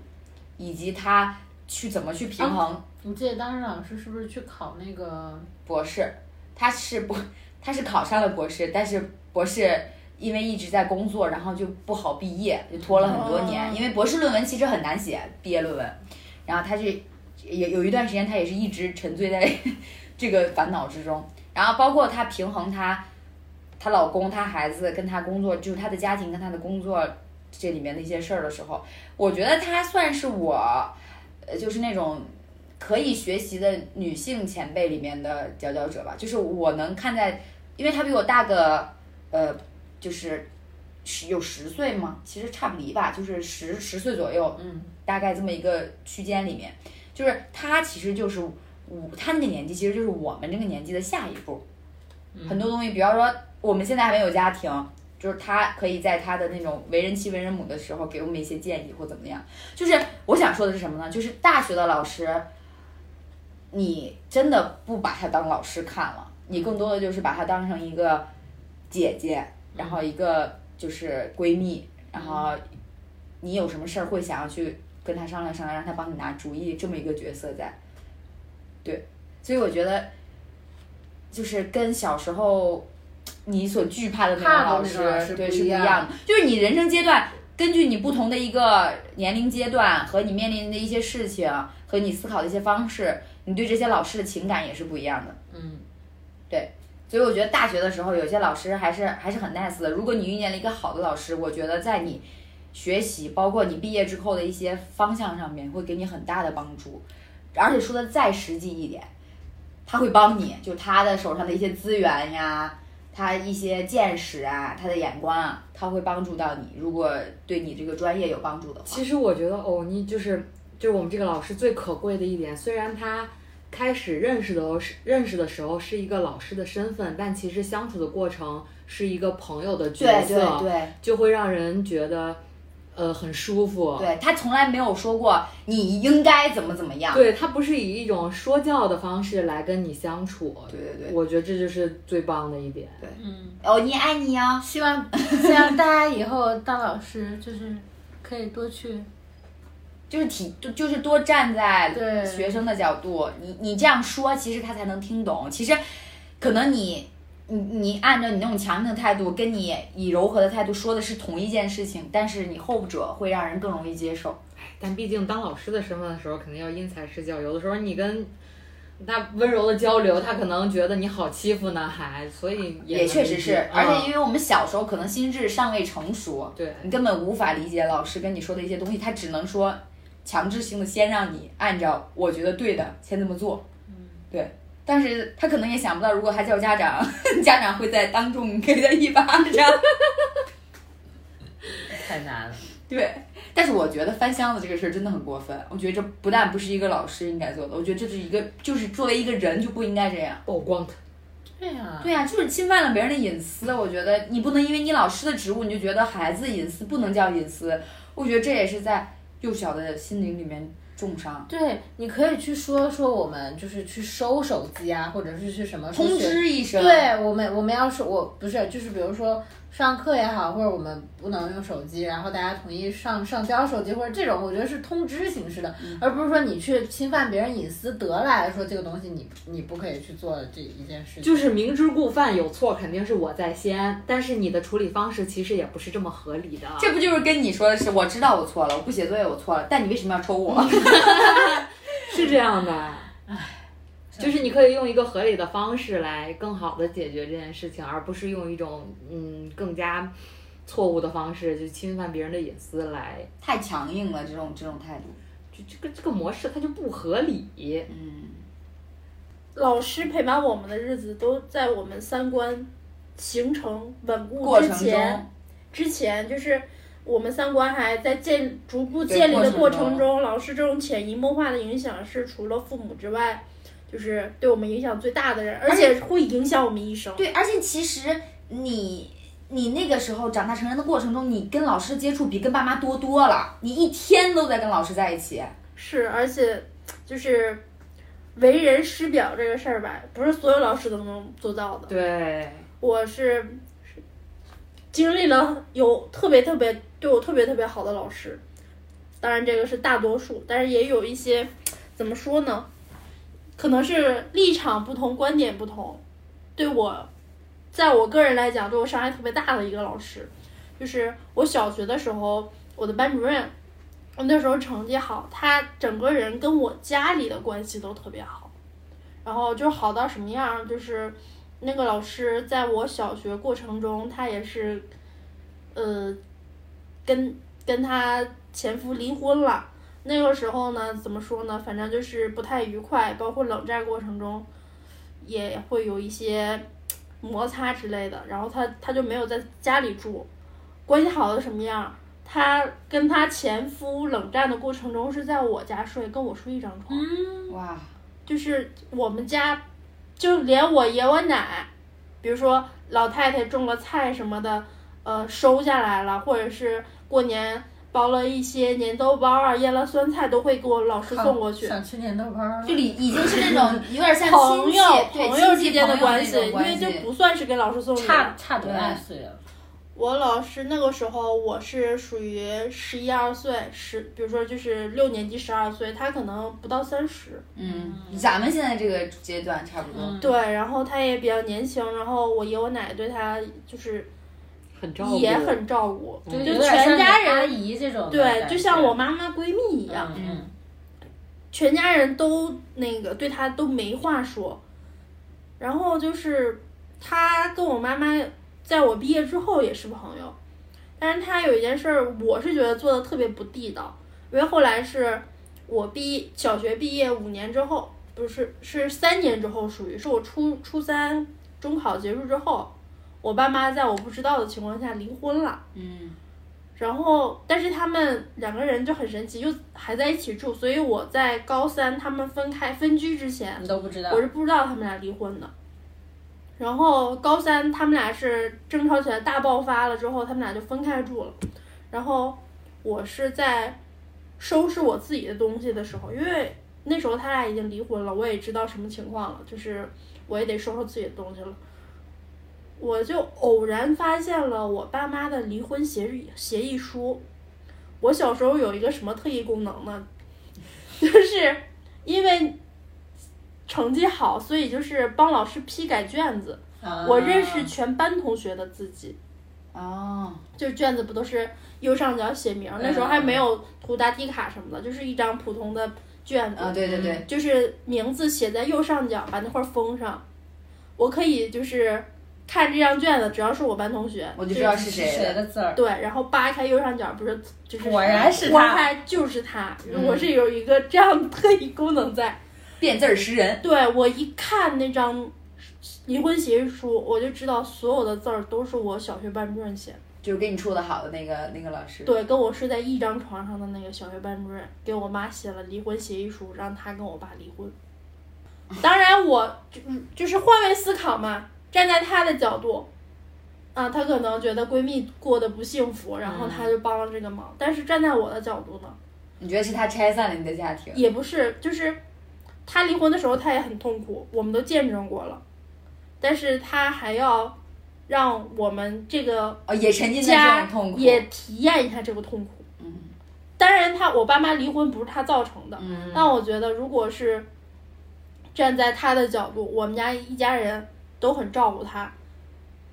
Speaker 2: 以及他去怎么去平
Speaker 4: 哦
Speaker 2: 衡
Speaker 4: 你记得当时老师是不是去考那个？
Speaker 2: 博士，他是博，他是考上了博士，但是博士因为一直在工作，然后就不好毕业，就拖了很多年。
Speaker 3: 哦
Speaker 2: 因为博士论文其实很难写，毕业论文，然后他就有有一段时间，他也是一直沉醉在 [laughs] 这个烦恼之中。然后包括她平衡她，她老公、她孩子跟她工作，就是她的家庭跟她的工作这里面的一些事儿的时候，我觉得她算是我，呃，就是那种可以学习的女性前辈里面的佼佼者吧。就是我能看在，因为她比我大个，呃，就是十有十岁嘛，其实差不离吧，就是十十岁左右，
Speaker 4: 嗯，
Speaker 2: 大概这么一个区间里面，就是她其实就是我，她那个年纪其实就是我们这个年纪的下一步。很多东西，比方说我们现在还没有家庭，就是她可以在她的那种为人妻为人母的时候给我们一些建议或怎么样。就是我想说的是什么呢？就是大学的老师，你真的不把她当老师看了，你更多的就是把她当成一个姐姐，然后一个就是闺蜜，然后你有什么事儿会想要去跟她商量商量，让她帮你拿主意，这么一个角色在。对，所以我觉得就是跟小时候你所惧怕的那种
Speaker 4: 怕的
Speaker 2: 老
Speaker 4: 那
Speaker 2: 师
Speaker 4: 种老师
Speaker 2: 对
Speaker 4: 不
Speaker 2: 是
Speaker 4: 一
Speaker 2: 不一
Speaker 4: 样
Speaker 2: 样的，就是你人生阶段。根据你不同的一个年龄阶段和你面临的一些事情和你思考的一些方式，你对这些老师的情感也是不一样的。
Speaker 4: 嗯，
Speaker 2: 所以我觉得大学的时候，有些老师还是还是很 nice 的。如果你遇见了一个好的老师，我觉得在你学习，包括你毕业之后的一些方向上面，会给你很大的帮助。而且说的再实际一点，他会帮你，就他的手上的一些资源呀，他一些见识啊，他的眼光啊，他会帮助到你。如果对你这个专业有帮助的话，
Speaker 1: 其实我觉得欧尼就是就是我们这个老师最可贵的一点，虽然他开始认识的时候是认识的时候是一个老师的身份，但其实相处的过程是一个朋友的角
Speaker 2: 对
Speaker 1: 色，
Speaker 2: 对对
Speaker 1: 就会让人觉得呃很舒服。
Speaker 2: 对，他从来没有说过你应该怎么怎么样。
Speaker 1: 对他不是以一种说教的方式来跟你相处，
Speaker 2: 对对对，
Speaker 1: 我觉得这就是最棒的一点。
Speaker 4: 嗯，
Speaker 2: 哦，你爱你哦。
Speaker 4: 希望希望大家以后当老师就是可以多去，
Speaker 2: 就是体就就是多站在
Speaker 4: 对
Speaker 2: 学生的角度，你你这样说，其实他才能听懂。其实，可能你你你按照你那种强硬的态度，跟你以柔和的态度说的是同一件事情，但是你后者会让人更容易接受。
Speaker 1: 但毕竟当老师的身份的时候，肯定要因材施教。有的时候你跟他温柔的交流，他可能觉得你好欺负呢，还所以也
Speaker 2: 也
Speaker 1: 能
Speaker 2: 确
Speaker 1: 理
Speaker 2: 实是
Speaker 1: 解，
Speaker 2: 而
Speaker 1: 嗯
Speaker 2: 且因为我们小时候可能心智尚未成熟，
Speaker 1: 对
Speaker 2: 你根本无法理解老师跟你说的一些东西，他只能说强制性的先让你按照我觉得对的先这么做，对。但是他可能也想不到，如果他叫家长， [laughs] 家长会在当众给他一巴掌。
Speaker 1: 太难了。
Speaker 2: 对，但是我觉得翻箱子这个事儿真的很过分。我觉得这不但不是一个老师应该做的，我觉得这是一个，就是作为一个人就不应该这样。
Speaker 1: 曝光他，
Speaker 4: 对呀、
Speaker 2: 对呀、啊就是侵犯了别人的隐私。我觉得你不能因为你老师的职务，你就觉得孩子隐私不能叫隐私。我觉得这也是在幼小的心灵里面重伤。
Speaker 4: 对，你可以去说说我们就是去收手机啊，或者是去什么
Speaker 2: 通
Speaker 4: 去学
Speaker 2: 知一声，
Speaker 4: 对我们，我们要是我不是就是比如说上课也好，或者我们不能用手机，然后大家统一上上交手机或者这种，我觉得是通知形式的，而不是说你去侵犯别人隐私得来说这个东西你你不可以去做这一件事情。
Speaker 1: 就是明知故犯，有错肯定是我在先，但是你的处理方式其实也不是这么合理的。
Speaker 2: 这不就是跟你说的是，我知道我错了，我不写作业我错了，但你为什么要抽我？
Speaker 1: [laughs] 是这样的，唉，就是你可以用一个合理的方式来更好的解决这件事情，而不是用一种嗯更加错误的方式就侵犯别人的隐私来，
Speaker 2: [laughs] 太强硬了，这种这种态度。
Speaker 1: 就这个这个模式它就不合理。
Speaker 2: 嗯，
Speaker 3: 老师陪伴我们的日子都在我们三观形成稳固
Speaker 2: 过
Speaker 3: 之
Speaker 2: 程
Speaker 3: 前
Speaker 2: 中，，
Speaker 3: 之前就是我们三观还在建逐步
Speaker 2: 对
Speaker 3: 建立的
Speaker 2: 过
Speaker 3: 过
Speaker 2: 程
Speaker 3: 程
Speaker 2: 中
Speaker 3: 中，老师这种潜移默化的影响是除了父母之外，就是对我们影响最大的人，而且会影响我们一生。
Speaker 2: 对，而且其实你你那个时候长大成人的过程中，你跟老师的接触比跟爸妈多多了，你一天都在跟老师在一起。
Speaker 3: 是，而且就是为人师表这个事儿吧，不是所有老师都能做到的。
Speaker 1: 对，
Speaker 3: 我是是经历了有特别特别对我特别特别好的老师，当然这个是大多数，但是也有一些怎么说呢，可能是立场不同、观点不同，对我，在我个人来讲，对我伤害特别大的一个老师，就是我小学的时候，我的班主任，我那时候成绩好，他整个人跟我家里的关系都特别好，然后就好到什么样儿，就是。那个老师在我小学过程中，他也是，呃，跟跟他前夫离婚了。那个时候呢，怎么说呢？反正就是不太愉快，包括冷战过程中，也会有一些摩擦之类的。然后他他就没有在家里住，关系好的什么样？他跟他前夫冷战的过程中是在我家睡，跟我睡一张床。
Speaker 2: 哇，
Speaker 3: 就是我们家，就连我爷我奶，比如说老太太种了菜什么的，呃，收下来了，或者是过年包了一些年豆包啊、腌了酸菜，都会给我老师送过去。
Speaker 4: 想吃年豆包儿，啊
Speaker 2: 就你已经是那 [laughs] 种有点像亲
Speaker 3: 朋
Speaker 2: 戚
Speaker 3: 友
Speaker 2: 对
Speaker 3: 朋友
Speaker 2: 亲戚
Speaker 3: 之间的
Speaker 2: 朋友那
Speaker 3: 关系，
Speaker 2: 种
Speaker 3: 因
Speaker 2: 关
Speaker 3: 为
Speaker 2: 系
Speaker 3: 这不算是给老师送礼。
Speaker 4: 差差多大岁了？
Speaker 3: 我老师那个时候我是属于十一二岁，十，比如说就是六年级十二岁，他可能不到三十。
Speaker 2: 嗯，咱们现在这个阶段差不多。
Speaker 4: 嗯
Speaker 3: 对，然后他也比较年轻，然后我爷我奶对他就是
Speaker 1: 很照顾，
Speaker 3: 也很照顾，就
Speaker 4: 就嗯有点像
Speaker 3: 全家
Speaker 4: 你阿
Speaker 3: 人
Speaker 4: 姨这种的感
Speaker 3: 对
Speaker 4: 觉，，
Speaker 3: 就像我妈妈闺蜜一样，
Speaker 4: 嗯，
Speaker 3: 全家人都那个对她都没话说。然后就是她跟我妈妈在我毕业之后也是朋友，但是她有一件事儿，我是觉得做的特别不地道，因为后来是我毕小学毕业五年之后，不是是三年之后，属于是我初初三中考结束之后，我爸妈在我不知道的情况下离婚了。
Speaker 2: 嗯
Speaker 3: 然后，但是他们两个人就很神奇，就还在一起住。所以我在高三他们分开分居之前，
Speaker 4: 你都不知道
Speaker 3: 我，是不知道他们俩离婚的。然后高三他们俩是争吵起来大爆发了之后，他们俩就分开住了。然后我是在收拾我自己的东西的时候，因为那时候他俩已经离婚了，我也知道什么情况了，就是我也得收拾自己的东西了。我就偶然发现了我爸妈的离婚协议协议书。我小时候有一个什么特异功能呢？ [laughs] 就是因为成绩好，所以就是帮老师批改卷子。
Speaker 4: 啊
Speaker 3: 我认识全班同学的自己，
Speaker 2: 哦，
Speaker 3: 就是卷子不都是右上角写名儿？那时候还没有涂答题卡什么的，就是一张普通的卷
Speaker 2: 啊
Speaker 3: 子，
Speaker 2: 对对对，
Speaker 3: 就是名字写在右上角，把那块儿封上。我可以就是看这张卷子，只要是我班同学，
Speaker 2: 我就知道是
Speaker 4: 是
Speaker 2: 谁
Speaker 4: 谁
Speaker 2: 了。
Speaker 4: 的字儿？
Speaker 3: 对，然后扒开右上角，不是就是
Speaker 4: 果然是
Speaker 3: 挖
Speaker 4: 他，
Speaker 3: 开就是他，
Speaker 2: 嗯
Speaker 3: 我是有一个这样的特异功能在。
Speaker 2: 辨字儿识人，
Speaker 3: 对我一看那张离婚协议书，我就知道所有的字儿都是我小学班主任写的。
Speaker 2: 就是跟你处的好的那个那个老师。
Speaker 3: 对，跟我睡在一张床上的那个小学班主任，给我妈写了离婚协议书，让她跟我爸离婚。当然我，就嗯就是换位思考嘛，站在她的角度，啊，她可能觉得闺蜜过得不幸福，然后她就帮了这个忙。但是站在我的角度呢，
Speaker 2: 你觉得是他拆散了你的家庭？
Speaker 3: 也不是，就是她离婚的时候，她也很痛苦，我们都见证过了，但是她还要让我们这个
Speaker 2: 哦，也沉浸在这
Speaker 3: 家
Speaker 2: 种痛苦。
Speaker 3: 也体验一下这个痛苦。
Speaker 2: 嗯
Speaker 3: 当然他，我爸妈离婚不是他造成的，
Speaker 2: 嗯
Speaker 3: 但我觉得如果是站在他的角度，我们家一家人都很照顾他，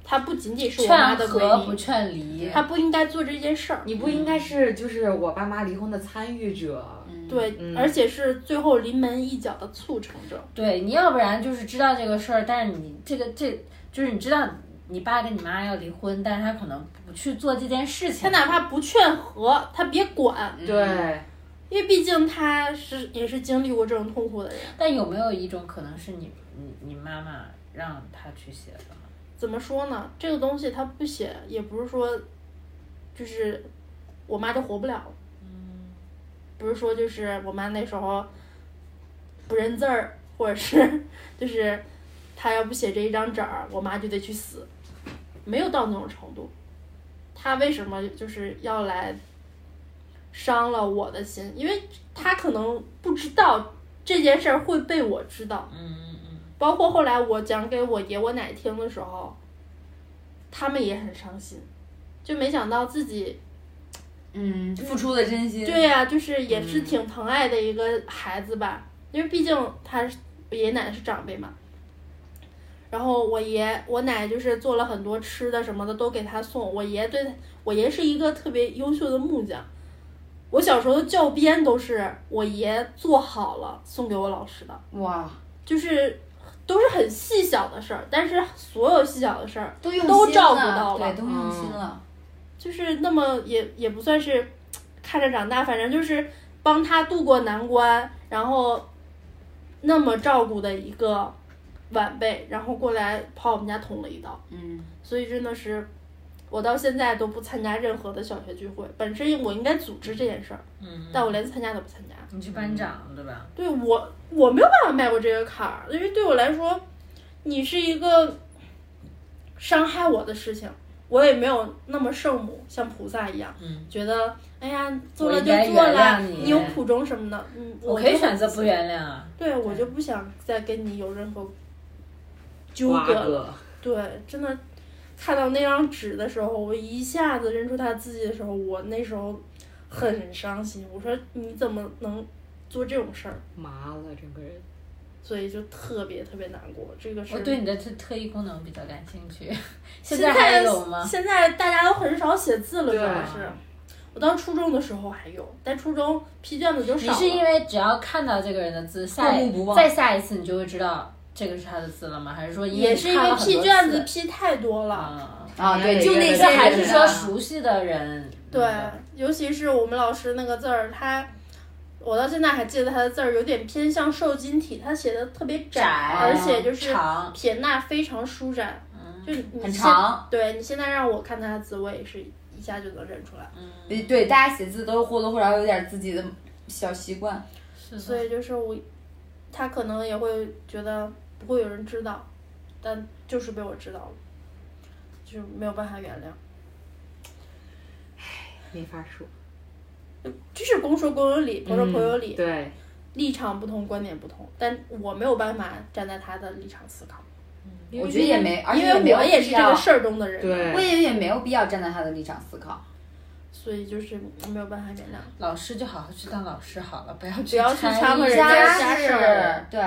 Speaker 3: 他不仅仅是我妈
Speaker 4: 劝
Speaker 3: 的
Speaker 4: 和
Speaker 3: 闺
Speaker 4: 不
Speaker 3: 蜜，
Speaker 4: 劝离，
Speaker 3: 他不应该做这件事儿。
Speaker 1: 你不应该是就是我爸妈离婚的参与者，
Speaker 2: 嗯，
Speaker 3: 对，
Speaker 1: 嗯
Speaker 3: 而且是最后临门一脚的促成者。
Speaker 4: 对你要不然就是知道这个事儿，但是你这个这就是你知道你爸跟你妈要离婚，但是他可能不去做这件事
Speaker 3: 他
Speaker 4: 情，
Speaker 3: 哪怕不劝和，他别管，
Speaker 2: 嗯
Speaker 1: 对，因
Speaker 3: 因为毕竟他是也是经历过这种痛苦的人。
Speaker 4: 但有没有一种可能是你你你妈妈让他去写的呢？
Speaker 3: 怎么说呢？这个东西他不写，也不是说，就是我妈就活不了了。
Speaker 4: 嗯，
Speaker 3: 不是说就是我妈那时候不认字儿，或者是就是她要不写这一张纸儿，我妈就得去死，没有到那种程度。她为什么就是要来伤了我的心？因为她可能不知道这件事儿会被我知道，
Speaker 4: 嗯嗯
Speaker 3: 包括后来我讲给我爷我奶听的时候，他们也很伤心，就没想到自己
Speaker 2: 嗯，付出的真心。
Speaker 3: 对啊呀、就是也是挺疼爱的一个孩子吧，因为毕竟他是爷爷奶奶是长辈嘛。然后我爷我奶就是做了很多吃的什么的都给他送，我爷对我爷是一个特别优秀的木匠，我小时候的教鞭都是我爷做好了送给我老师的，
Speaker 2: 哇，
Speaker 3: 就是都是很细小的事儿，但是所有细小的事儿
Speaker 2: 都用
Speaker 3: 都
Speaker 2: 心
Speaker 3: 照顾
Speaker 2: 了
Speaker 3: 到了嗯
Speaker 2: 对，都用心了。
Speaker 3: 就是那么也也不算是看着长大，反正就是帮他渡过难关，然后那么照顾的一个晚辈，然后过来跑我们家捅了一刀，
Speaker 2: 嗯，
Speaker 3: 所以真的是我到现在都不参加任何的小学聚会，本身我应该组织这件事儿，
Speaker 4: 嗯，
Speaker 3: 但我连参加都不参加。
Speaker 4: 你是班长对吧？
Speaker 3: 对我，我没有办法迈过这个坎儿，因为对我来说，你是一个伤害我的事情，我也没有那么圣母，像菩萨一样，
Speaker 4: 嗯
Speaker 3: 觉得哎呀做
Speaker 4: 我
Speaker 3: 了
Speaker 4: 应
Speaker 3: 就
Speaker 4: 该
Speaker 3: 做
Speaker 4: 原
Speaker 3: 了，
Speaker 4: 谅你
Speaker 3: 有苦衷什么的，嗯，
Speaker 4: 我
Speaker 3: 就
Speaker 4: 可以选择不原谅啊。
Speaker 3: 对我就不想再跟你有任何纠
Speaker 1: 瓜
Speaker 3: 葛了。
Speaker 1: 葛，
Speaker 3: 对，真的看到那张纸的时候，我一下子认出他自己的时候，我那时候很伤心，我说你怎么能做这种事儿？
Speaker 1: 麻了整个人。
Speaker 3: 所以就特别特别难过。这个是
Speaker 4: 我哦对你的特特异功能比较感兴趣，现
Speaker 3: 现
Speaker 4: 在还有吗？
Speaker 3: 现在大家都很少写字了，主要
Speaker 1: 对
Speaker 3: 是。我到初中的时候还有，但初中批卷子就少
Speaker 4: 你
Speaker 3: 了。
Speaker 4: 是因为只要看到这个人的字，下
Speaker 1: 过目不
Speaker 4: 一
Speaker 1: 忘
Speaker 4: 再下一次你就会知道这个是他的字了吗？还是说因
Speaker 3: 也
Speaker 4: 为
Speaker 3: 是
Speaker 4: 你
Speaker 3: 因
Speaker 4: 看
Speaker 3: 为
Speaker 4: 了很多
Speaker 3: 批卷子
Speaker 4: 次
Speaker 3: 批太多了。
Speaker 4: 啊？
Speaker 2: 啊，对，
Speaker 1: 对
Speaker 2: 就那
Speaker 1: 对
Speaker 2: 些
Speaker 4: 这
Speaker 1: 对
Speaker 4: 还是
Speaker 2: 人
Speaker 4: 说嗯
Speaker 2: 啊
Speaker 4: 熟悉的人？
Speaker 3: 对，尤其是我们老师那个字儿，他我到现在还记得他的字儿有点偏向瘦金体，他写的特别窄，
Speaker 4: 窄，
Speaker 3: 而且就是
Speaker 4: 长，
Speaker 3: 撇捺非常舒展，
Speaker 4: 嗯
Speaker 3: 就是你
Speaker 2: 很
Speaker 3: 现
Speaker 2: 长。
Speaker 3: 对你现在让我看他的字，我也是一下就能认出
Speaker 4: 嗯
Speaker 3: 来。
Speaker 2: 对对，大家写字都或多或少有点自己的小习惯。
Speaker 5: 是
Speaker 3: 所以就是我，他可能也会觉得不会有人知道，但就是被我知道了，就是没有办法原谅。
Speaker 1: 没法说。
Speaker 3: 这是公说公有理，婆说婆有
Speaker 2: 嗯
Speaker 3: 理，
Speaker 1: 对，
Speaker 3: 立场不同，观点不同，但我没有办法站在他的立场思考，
Speaker 2: 我觉得也没，而且啊
Speaker 3: 因为
Speaker 2: 没有
Speaker 3: 我也是
Speaker 2: 必
Speaker 3: 这个
Speaker 2: 要，
Speaker 3: 事儿中的人，
Speaker 1: 对
Speaker 2: 我也也没有必要站在他的立场思考。
Speaker 3: 所以就是没有办法原谅。
Speaker 4: 老师就好好去当老师好了，不要
Speaker 3: 不
Speaker 4: 去
Speaker 3: 要去掺和
Speaker 2: 你
Speaker 3: 人家
Speaker 2: 家
Speaker 3: 家
Speaker 2: 是
Speaker 3: 事儿，
Speaker 2: 对，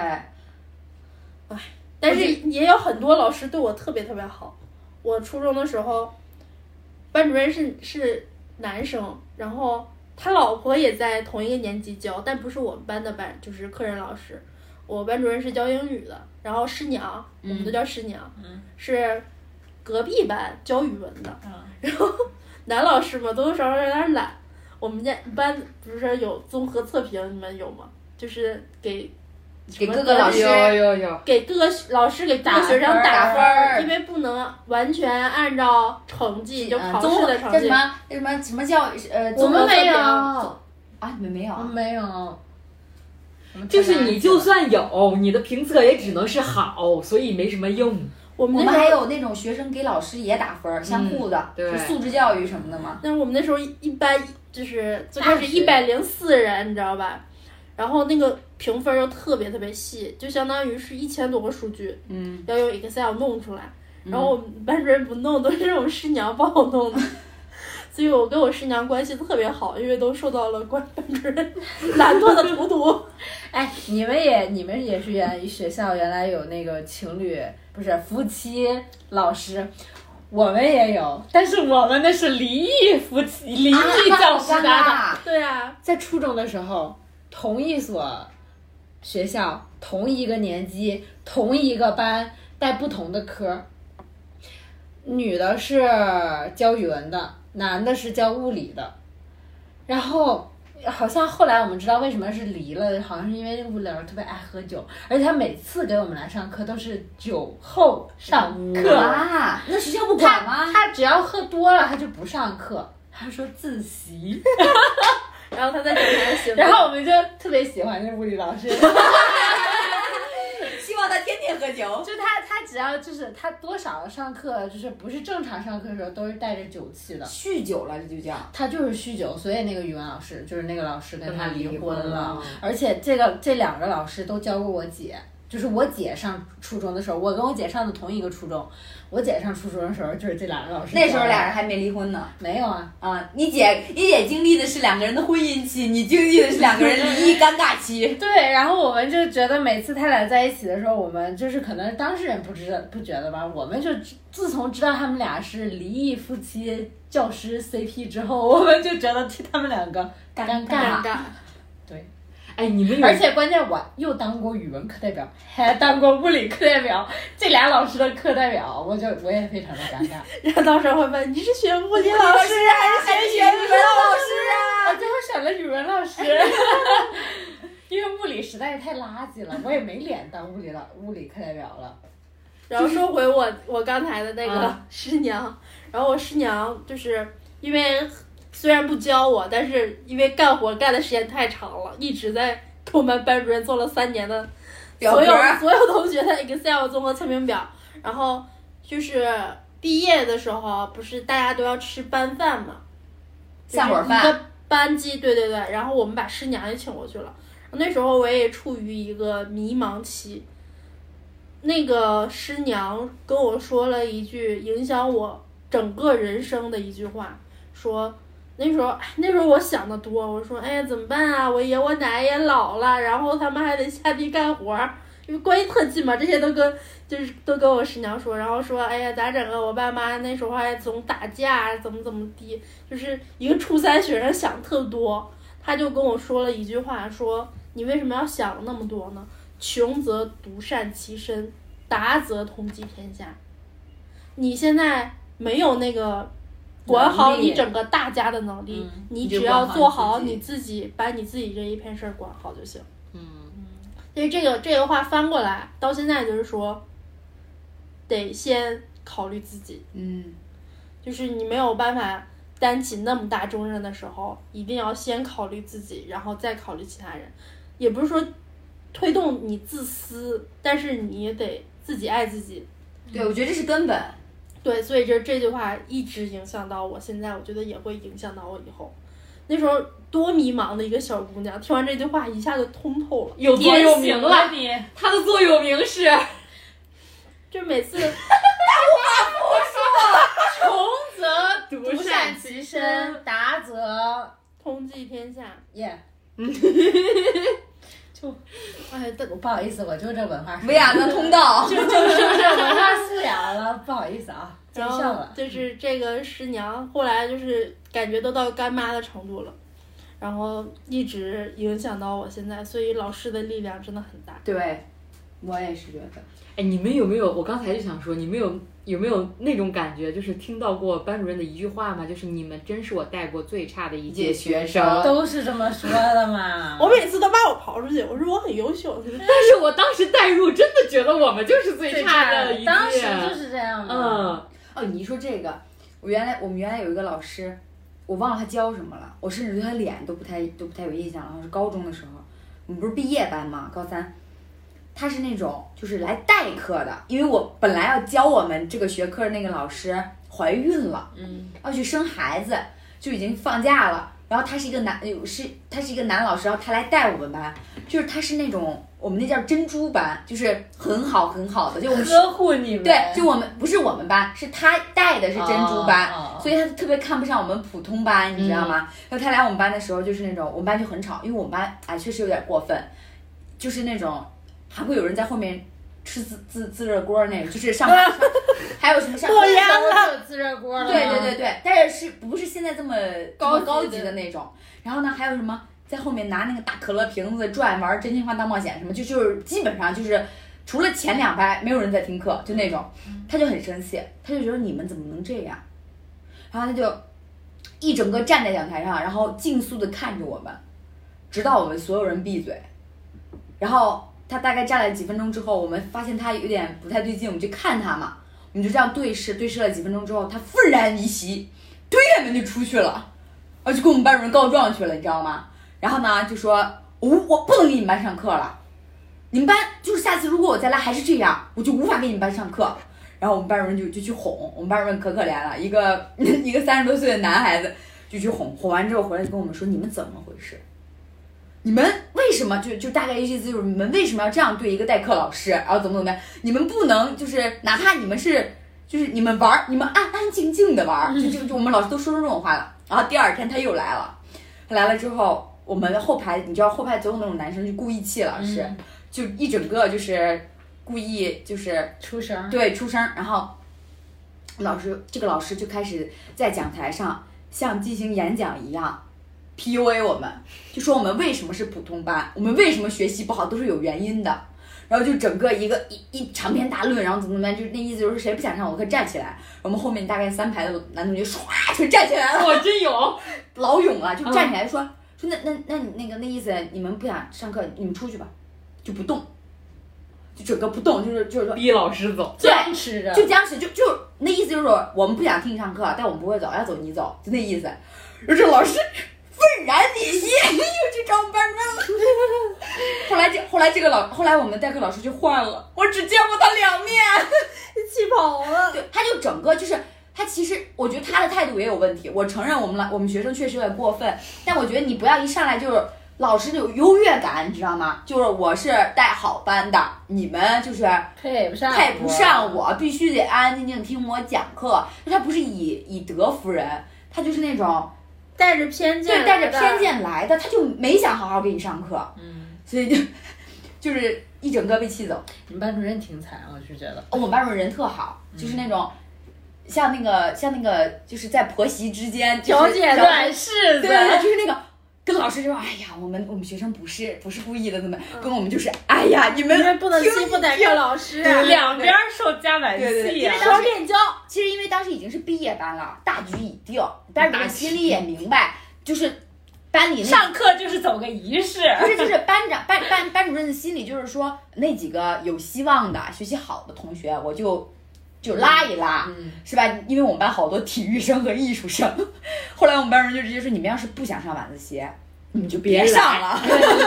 Speaker 3: 但是也有很多老师对我特别特别好。我初中的时候，班主任是是男生，然后他老婆也在同一个年级教，但不是我们班的班，就是课任老师。我班主任是教英语的，然后师娘，我们都叫师娘，是隔壁班教语文的。然后 [laughs] 男老师嘛，多多少少有点懒。我们家班不是有综合测评，你们有吗？就是给
Speaker 2: 给
Speaker 3: 什么
Speaker 2: 各个老师
Speaker 3: 隔壁
Speaker 1: 有有有，
Speaker 3: 给各个学老师给各个学生
Speaker 2: 打
Speaker 3: 打
Speaker 2: 分儿
Speaker 3: 儿因为不能完全按照成绩就
Speaker 2: 嗯
Speaker 3: 考
Speaker 2: 综
Speaker 3: 试
Speaker 2: 合
Speaker 3: 的
Speaker 2: 叫
Speaker 3: 成
Speaker 2: 什
Speaker 3: 绩。
Speaker 2: 么那什么什么叫呃？
Speaker 5: 我
Speaker 2: 综合
Speaker 5: 们
Speaker 2: 测
Speaker 5: 没
Speaker 2: 评
Speaker 5: 有，
Speaker 2: 啊，你们没有啊？
Speaker 4: 哦没有，
Speaker 1: 就是你就算有，你的评测也只能是好，所以没什么用。
Speaker 2: 我
Speaker 3: 我
Speaker 2: 们
Speaker 3: 们那
Speaker 2: 还
Speaker 3: 时候，
Speaker 2: 有那种学生给老师也打分儿，相互的，
Speaker 1: 对
Speaker 2: 是素质教育什么的
Speaker 3: [laughs]
Speaker 2: 嘛。
Speaker 3: 但是我们那时候一般就是最开始一百零四人，你知道吧？然后那个评分又特别特别细，就相当于是一千多个数据，
Speaker 2: 嗯，
Speaker 3: 要用 Excel 弄出来。然后我们班主任不弄，都是我们师娘帮我弄的。 [laughs] 所以我跟我师娘关系特别好，因为都受到了关班主任 [laughs] 懒惰的
Speaker 2: [laughs]
Speaker 3: 荼毒。
Speaker 4: 哎，你们也你们也是原来学校原来有那个情侣不是夫妻老师，我们也有，但是我们那是离异夫妻离异教师搭档。
Speaker 2: 啊
Speaker 3: 对啊，
Speaker 4: 在初中的时候，同一所学校、同一个年级、同一个班，带不同的科。女的是教语文的，男的是教物理的。然后好像后来我们知道为什么是离了，好像是因为物理老师特别爱喝酒，而且他每次给我们来上课都是酒后上课。
Speaker 2: 啊，那学校不管吗？
Speaker 4: 他只要喝多了，他就不上课，他说自习。
Speaker 3: 然后
Speaker 2: [laughs]
Speaker 3: 他在整台写，
Speaker 4: 然后我们就特别喜欢这物理老师，
Speaker 2: 希望他天天喝酒。
Speaker 4: 就他他只要就是他多少上课就是不是正常上课的时候都是带着酒气的，
Speaker 2: 酗酒了，这就叫
Speaker 4: 他就是酗酒，所以那个语文老师就是那个老师跟
Speaker 1: 跟
Speaker 4: 他
Speaker 1: 他
Speaker 4: 离
Speaker 1: 离
Speaker 4: 婚
Speaker 1: 婚
Speaker 4: 了
Speaker 1: 了，
Speaker 2: 嗯
Speaker 4: 而且这个这两个老师都教过我姐。就是我姐上初中的时候，我跟我姐上的同一个初中。我姐上初中的时候，就是这两个老师教的。
Speaker 2: 那时候俩人还没离婚呢。
Speaker 4: 没有啊，
Speaker 2: 啊，你姐，你姐经历的是两个人的婚姻期，你经历的是两个人离异尴尬期。
Speaker 4: 对，然后我们就觉得每次他俩在一起的时候，我们就是可能当事人不知道不觉得吧，我们就知自从知道他们俩是离异夫妻教师 CP 之后，我们就觉得替他们两个 [laughs] 尴
Speaker 3: 尴
Speaker 4: 尬。
Speaker 3: 尬。
Speaker 1: 哎，你们有
Speaker 4: 而且关键我又当过语文课代表，还当过物理课代表，这俩老师的课代表，我就我也非常的尴 [laughs] 尬。
Speaker 3: [laughs] 然后到时候会问你是学物理老师还是学
Speaker 2: 学语文老师啊，
Speaker 4: 我最后选了语文老 [laughs] 师，因为物理实在是太垃圾了，我也没脸当物理老物理课代表了。
Speaker 3: [laughs] 然后说回我我刚才的那个
Speaker 1: 嗯
Speaker 3: 师娘，然后我师娘就是因为虽然不教我，但是因为干活干的时间太长了，一直在给我们班主任做了三年的
Speaker 2: 表
Speaker 3: 所
Speaker 2: 格
Speaker 3: 有
Speaker 2: 儿
Speaker 3: 所有同学的 Excel 综合测评表，然后就是毕业的时候，不是大家都要吃班饭嘛，
Speaker 2: 散伙
Speaker 3: 就是一
Speaker 2: 饭。
Speaker 3: 个班级，对对对，然后我们把师娘也请过去了。那时候我也处于一个迷茫期，那个师娘跟我说了一句影响我整个人生的一句话，说那时候哎那时候我想的多，我说哎呀怎么办啊？我爷我奶也老了，然后他们还得下地干活儿，因为关系特近嘛，这些都跟就是都跟我师娘说，然后说哎呀咋整啊？我爸妈那时候还总打架，怎么怎么地，就是一个初三学生想特多。他就跟我说了一句话，说你为什么要想那么多呢？穷则独善其身，达则通济天下。你现在没有那个管好
Speaker 4: 能力
Speaker 3: 你整个大家的能力，
Speaker 4: 嗯
Speaker 3: 你
Speaker 2: 你就
Speaker 3: 只
Speaker 2: 管
Speaker 3: 要
Speaker 2: 好
Speaker 3: 做
Speaker 2: 你自己
Speaker 3: 好你自己，把你自己这一片事儿管好就行。
Speaker 1: 嗯，
Speaker 3: 所以这个这个话翻过来到现在就是说，得先考虑自己，
Speaker 2: 嗯，
Speaker 3: 就是你没有办法担起那么大重任的时候，一定要先考虑自己，然后再考虑其他人。也不是说推动你自私，但是你也得自己爱自己。
Speaker 2: 对，我觉得这是根本。
Speaker 3: 对，所以这这句话一直影响到我现在，我觉得也会影响到我以后。那时候多迷茫的一个小姑娘，听完这句话一下就通透了。
Speaker 1: 有座
Speaker 5: 点
Speaker 1: 右铭
Speaker 5: 醒
Speaker 1: 了
Speaker 5: 了，你，
Speaker 1: 他的座右铭是
Speaker 3: 就每次 [laughs]
Speaker 5: 穷则独
Speaker 1: 独善
Speaker 5: 善
Speaker 1: 其
Speaker 5: 其
Speaker 1: 身
Speaker 5: 身。
Speaker 4: 达则
Speaker 3: 通济天下，
Speaker 4: 耶。
Speaker 3: 哎，但
Speaker 4: 我不好意思，我就是这文化水平
Speaker 2: 维亚的通道，
Speaker 4: 就是这文化素养了， [laughs] 不好意思啊，见
Speaker 3: 然
Speaker 4: 笑
Speaker 3: 后
Speaker 4: 了。
Speaker 3: 就是这个师娘，后来就是感觉都到干妈的程度了，然后一直影响到我现在，所以老师的力量真的很大。
Speaker 2: 对，我也是觉得。
Speaker 1: 哎，你们有没有？我刚才就想说，你们有有没有那种感觉，就是听到过班主任的一句话吗？就是你们真是我带过最差的一届
Speaker 2: 届学
Speaker 1: 生。
Speaker 2: 生
Speaker 4: 都是这么说的嘛。
Speaker 3: 我每次都把我刨出去，我说我很优秀，
Speaker 1: 但是我当时代入，真的觉得我们就是最差的一届。
Speaker 4: 当时就是这样的。
Speaker 1: 嗯，
Speaker 2: 哦，你一说这个，我原来我们原来有一个老师，我忘了他教什么了，我甚至对他脸都不太都不太有印象了。好像是高中的时候，我们不是毕业班吗？高三，他是那种就是来代课的，因为我本来要教我们这个学科的那个老师怀孕了，
Speaker 5: 嗯，
Speaker 2: 要去生孩子，就已经放假了。然后他是一个男，呃是他是一个男老师，然后他来带我们班，就是他是那种我们那叫珍珠班，就是很好很好的，就我们
Speaker 4: 呵护你们。
Speaker 2: 对，就我们不是我们班，是他带的是珍珠班，
Speaker 4: 哦哦哦
Speaker 2: 所以他特别看不上我们普通班，你知道
Speaker 4: 嗯
Speaker 2: 吗？然后他来我们班的时候，就是那种我们班就很吵，因为我们班哎确实有点过分，就是那种还会有人在后面吃自自自热锅那种，就是上上 [laughs] 还有什么上
Speaker 3: 我也
Speaker 4: 了自热锅了。
Speaker 2: 对对对。对，但是是不是现在这么
Speaker 3: 高
Speaker 2: 这么高
Speaker 3: 级的
Speaker 2: 级的那种？然后呢，还有什么在后面拿那个大可乐瓶子转玩真心话大冒险什么，就就是基本上就是除了前两排没有人在听课，就那种，
Speaker 3: 嗯
Speaker 2: 他就很生气，他就觉得你们怎么能这样？然后他就一整个站在讲台上，然后竞速的看着我们，直到我们所有人闭嘴。然后他大概站了几分钟之后，我们发现他有点不太对劲，我们就看他嘛，我们就这样对视，对视了几分钟之后，他愤然离席，推开门就出去了，然后就跟我们班主任告状去了，你知道吗？然后呢，就说我我不能给你们班上课了，你们班就是下次如果我再来还是这样，我就无法给你们班上课。然后我们班主任就就去哄，我们班主任可可怜了，一个 [laughs] 一个三十多岁的男孩子就去哄，哄完之后回来就跟我们说你们怎么回事？你们为什么就就大概意思就是你们为什么要这样对一个代课老师，然后怎么怎么样？你们不能就是哪怕你们是就是你们玩儿，你们安安静静的玩儿，就就就我们老师都说出这种话了。然后第二天他又来了，他来了之后，我们后排你知道后排总有那种男生就故意气老师，就一整个就是故意就是
Speaker 4: 出声。
Speaker 2: 对，出声儿。然后老师这个老师就开始在讲台上像进行演讲一样 PUA 我们，就说我们为什么是普通班，我们为什么学习不好都是有原因的。然后就整个一个一一长篇大论，然后怎么怎么样，就是那意思就是谁不想上我课站起来。我们后面大概三排的男同学唰就站起来了，
Speaker 1: 我真有，
Speaker 2: 老勇了，就站起来说、说那那那你那个那意思，你们不想上课，你们出去吧，就不动，就整个不动，就是就是说
Speaker 1: 逼老师走。
Speaker 2: 对，
Speaker 4: 坚持着，
Speaker 2: 就僵持，就就那意思就是我们不想听你上课，但我们不会走，要走你走，就那意思。然后这老师愤然离席， [laughs] 哎又去找我们班主任了。后来这后来这个老后来我们代课老师就换了，我只见过他两面，
Speaker 3: 气跑了。
Speaker 2: 对，他就整个就是。他其实，我觉得他的态度也有问题。我承认我们老我们学生确实有点过分，但我觉得你不要一上来就是老师有优越感，你知道吗？就是我是带好班的，你们就是
Speaker 4: 配不上，
Speaker 2: 配不上。我，必须得安安静静听我讲课。就他不是以以德服人，他就是那种
Speaker 3: [laughs] 带着偏
Speaker 2: 对
Speaker 3: 见来
Speaker 2: 带
Speaker 3: 的，
Speaker 2: 着偏见来的，他就没想好好给你上课，
Speaker 4: 嗯，
Speaker 2: 所以就就是一整个被气走。
Speaker 4: 你们班主任挺惨，我是觉得。
Speaker 2: 哦我们班主任人特好，就是那种。像那个，像那个，就是在婆媳之间就是
Speaker 3: 调解
Speaker 2: 调
Speaker 3: 对
Speaker 4: 柿
Speaker 2: 对对，对，就是那个跟老师就说，哎呀，我们我们学生不是不是故意的，怎么跟我们就是，哎呀，你们
Speaker 3: 因为不能
Speaker 2: 听
Speaker 3: 欺负
Speaker 2: 一
Speaker 3: 代
Speaker 2: 听
Speaker 3: 课老师，啊
Speaker 2: 对
Speaker 5: 两边受夹板
Speaker 2: 对对对
Speaker 5: 气
Speaker 2: 因
Speaker 5: 呀
Speaker 2: 为。
Speaker 3: 少点教。
Speaker 2: 其实因为当时已经是毕业班了，大局已定，班主任心里也明白，就是班里那
Speaker 5: 上课就是走个仪式，
Speaker 2: 不是就是班长班班班主任的心里就是说那几个有希望的学习好的同学，我就就拉一拉，是吧？因为我们班好多体育生和艺术生， [laughs] 后来我们班人就直接说，你们要是不想上晚自习，你们就别上了。 [laughs]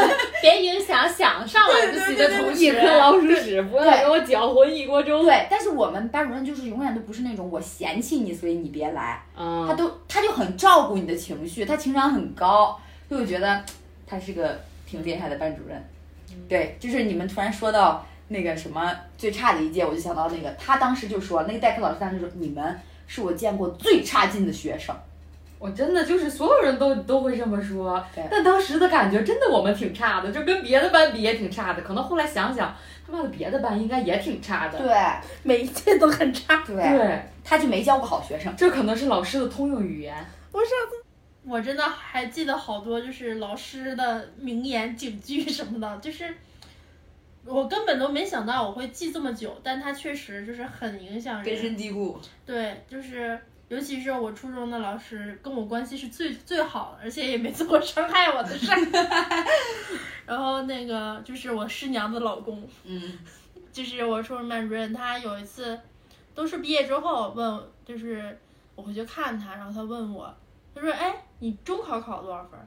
Speaker 5: 别影响想上晚自习的同
Speaker 1: 一
Speaker 5: 学。
Speaker 1: 颗老鼠屎，不要
Speaker 2: 对
Speaker 1: 给我搅浑一锅粥。
Speaker 2: 对，但是我们班主任就是永远都不是那种我嫌弃你，所以你别来，
Speaker 1: 嗯，
Speaker 2: 他都他就很照顾你的情绪，他情商很高，所以我觉得他是个挺厉害的班主任。
Speaker 3: 嗯
Speaker 2: 对，就是你们突然说到那个什么最差的一届，我就想到那个他当时就说，那个代课老师当时说，你们是我见过最差劲的学生。
Speaker 1: 我真的就是所有人都都会这么说
Speaker 2: 对，
Speaker 1: 但当时的感觉真的我们挺差的，就跟别的班比也挺差的。可能后来想想，他妈的别的班应该也挺差的。
Speaker 2: 对
Speaker 3: 每一届都很差。
Speaker 2: 对，
Speaker 1: 对，
Speaker 2: 他就没教过好学生。
Speaker 1: 这可能是老师的通用语言。
Speaker 3: 我真的还记得好多就是老师的名言警句什么的，就是我根本都没想到我会记这么久，但它确实就是很影响人。
Speaker 2: 蒂固。
Speaker 3: 对，就是尤其是我初中的老师，跟我关系是最最好的，而且也没做过伤害我的事儿。 [laughs] 然后那个就是我师娘的老公，
Speaker 2: 嗯
Speaker 3: [laughs] 就是我初中班主任，他有一次都是毕业之后问，就是我回去看他，然后他问我，他说：“哎，你中考考了多少分儿？”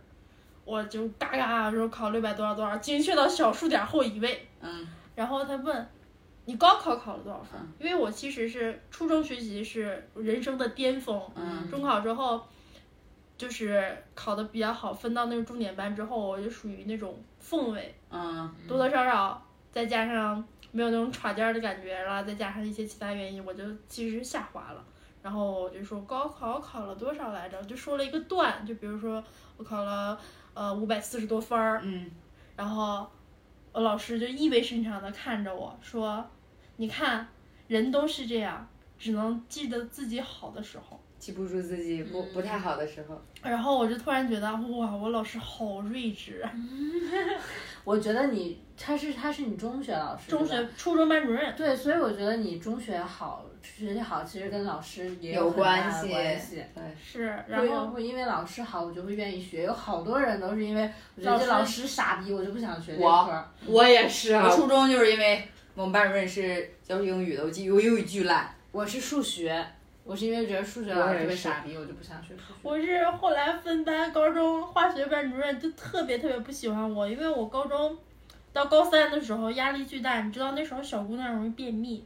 Speaker 3: 我就嘎嘎说考六百多少多少，精确到小数点后一位。
Speaker 2: 嗯
Speaker 3: 然后他问你高考考了多少分儿
Speaker 2: 嗯？
Speaker 3: 因为我其实是初中学习是人生的巅峰，
Speaker 2: 嗯
Speaker 3: 中考之后就是考的比较好，分到那个重点班之后，我就属于那种凤尾，
Speaker 2: 嗯
Speaker 3: 多多少少再加上没有那种耍尖儿的感觉了，再加上一些其他原因，我就其实下滑了。然后我就说高考考了多少来着？就说了一个段，就比如说我考了呃五百四十多分儿，
Speaker 2: 嗯
Speaker 3: 然后我老师就意味深长地看着我说：“你看，人都是这样，只能记得自己好的时候。
Speaker 1: 记不住自己不不太好的时候，”
Speaker 3: 然后我就突然觉得，哇，我老师好睿智。啊
Speaker 4: 我觉得你他是他是你中学老师，
Speaker 3: 中
Speaker 4: 对
Speaker 3: 学
Speaker 4: 吧
Speaker 3: 初中班主任，
Speaker 4: 对，所以我觉得你中学好，学习好，其实跟老师也
Speaker 2: 有
Speaker 4: 很大
Speaker 2: 关
Speaker 4: 的
Speaker 2: 系
Speaker 4: 关系。
Speaker 3: 是，然
Speaker 4: 然
Speaker 3: 后
Speaker 4: 后会因为老师好，我就会愿意学。有好多人都是因为我觉得这
Speaker 3: 老
Speaker 4: 老
Speaker 3: 师
Speaker 4: 师傻逼，我就不想学这
Speaker 2: 我
Speaker 4: 科儿。
Speaker 1: 我也是啊
Speaker 2: 我。初中就是因为我们班主任是教英语的，我记我英语巨烂。
Speaker 4: 我是数学，我是因为觉得数学
Speaker 1: 我
Speaker 4: 老
Speaker 1: 也
Speaker 4: 师特别
Speaker 1: 是
Speaker 4: 傻逼，我就不想学数学。
Speaker 3: 我是后来分班，高中化学班主任就特别特别不喜欢我，因为我高中到高三的时候压力巨大，你知道那时候小姑娘容易便秘，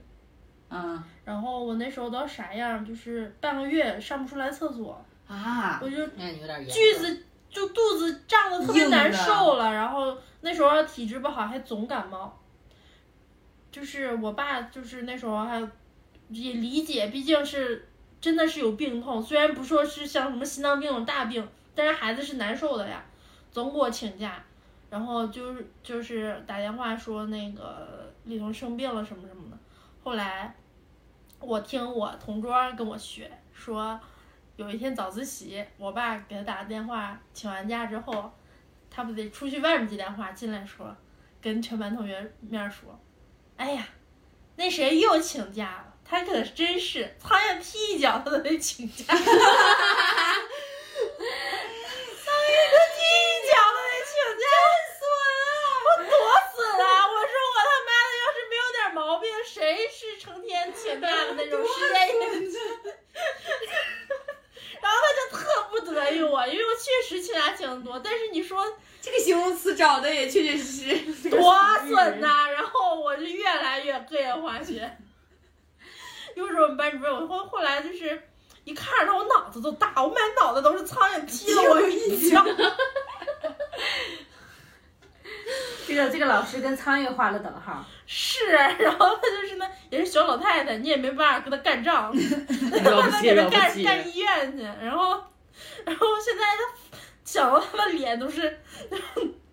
Speaker 2: 嗯
Speaker 3: 然后我那时候都啥样，就是半个月上不出来厕所，
Speaker 2: 啊，
Speaker 3: 我就
Speaker 4: 那你有点严。
Speaker 3: 句子就肚子胀得特别
Speaker 2: 硬的
Speaker 3: 难受了，然后那时候体质不好还总感冒，就是我爸就是那时候还也理解，毕竟是真的是有病痛，虽然不说是像什么心脏病那种大病，但是孩子是难受的呀，总给我请假，然后就是就是打电话说那个李彤生病了什么什么的，后来我听我同桌跟我学说。有一天早自习，我爸给他打个电话，请完假之后，他不得出去外面接电话，进来说，跟全班同学面儿说，哎呀，那谁又请假了，他可真是苍蝇踢一脚他都得请假，苍蝇踢一脚他得请假，损啊！我多损啊！我说我他妈的要是没有点毛病，谁是成天请假的那种实验性然后他就特不得意我，因为我确实请假请的多，但是你说
Speaker 2: 这个形容词找的也确确实
Speaker 1: [laughs]
Speaker 2: 实。
Speaker 3: 多损呐、然后我就越来越膈应化 [laughs] 学，又是我们班主任，我后后来就是一看着他，我脑子都大，我满脑子都是苍蝇踢了我一脚。
Speaker 4: 这个这个老师跟苍蝇画了等号。
Speaker 3: 是，然后他就是那也是小老太太，你也没办法跟他干仗，
Speaker 1: [laughs] 了不
Speaker 3: 他
Speaker 1: 起
Speaker 3: 给
Speaker 1: 了
Speaker 3: 他
Speaker 1: 不
Speaker 3: 干
Speaker 1: 起
Speaker 3: 干医院去，然后然后现在他想到他的脸都是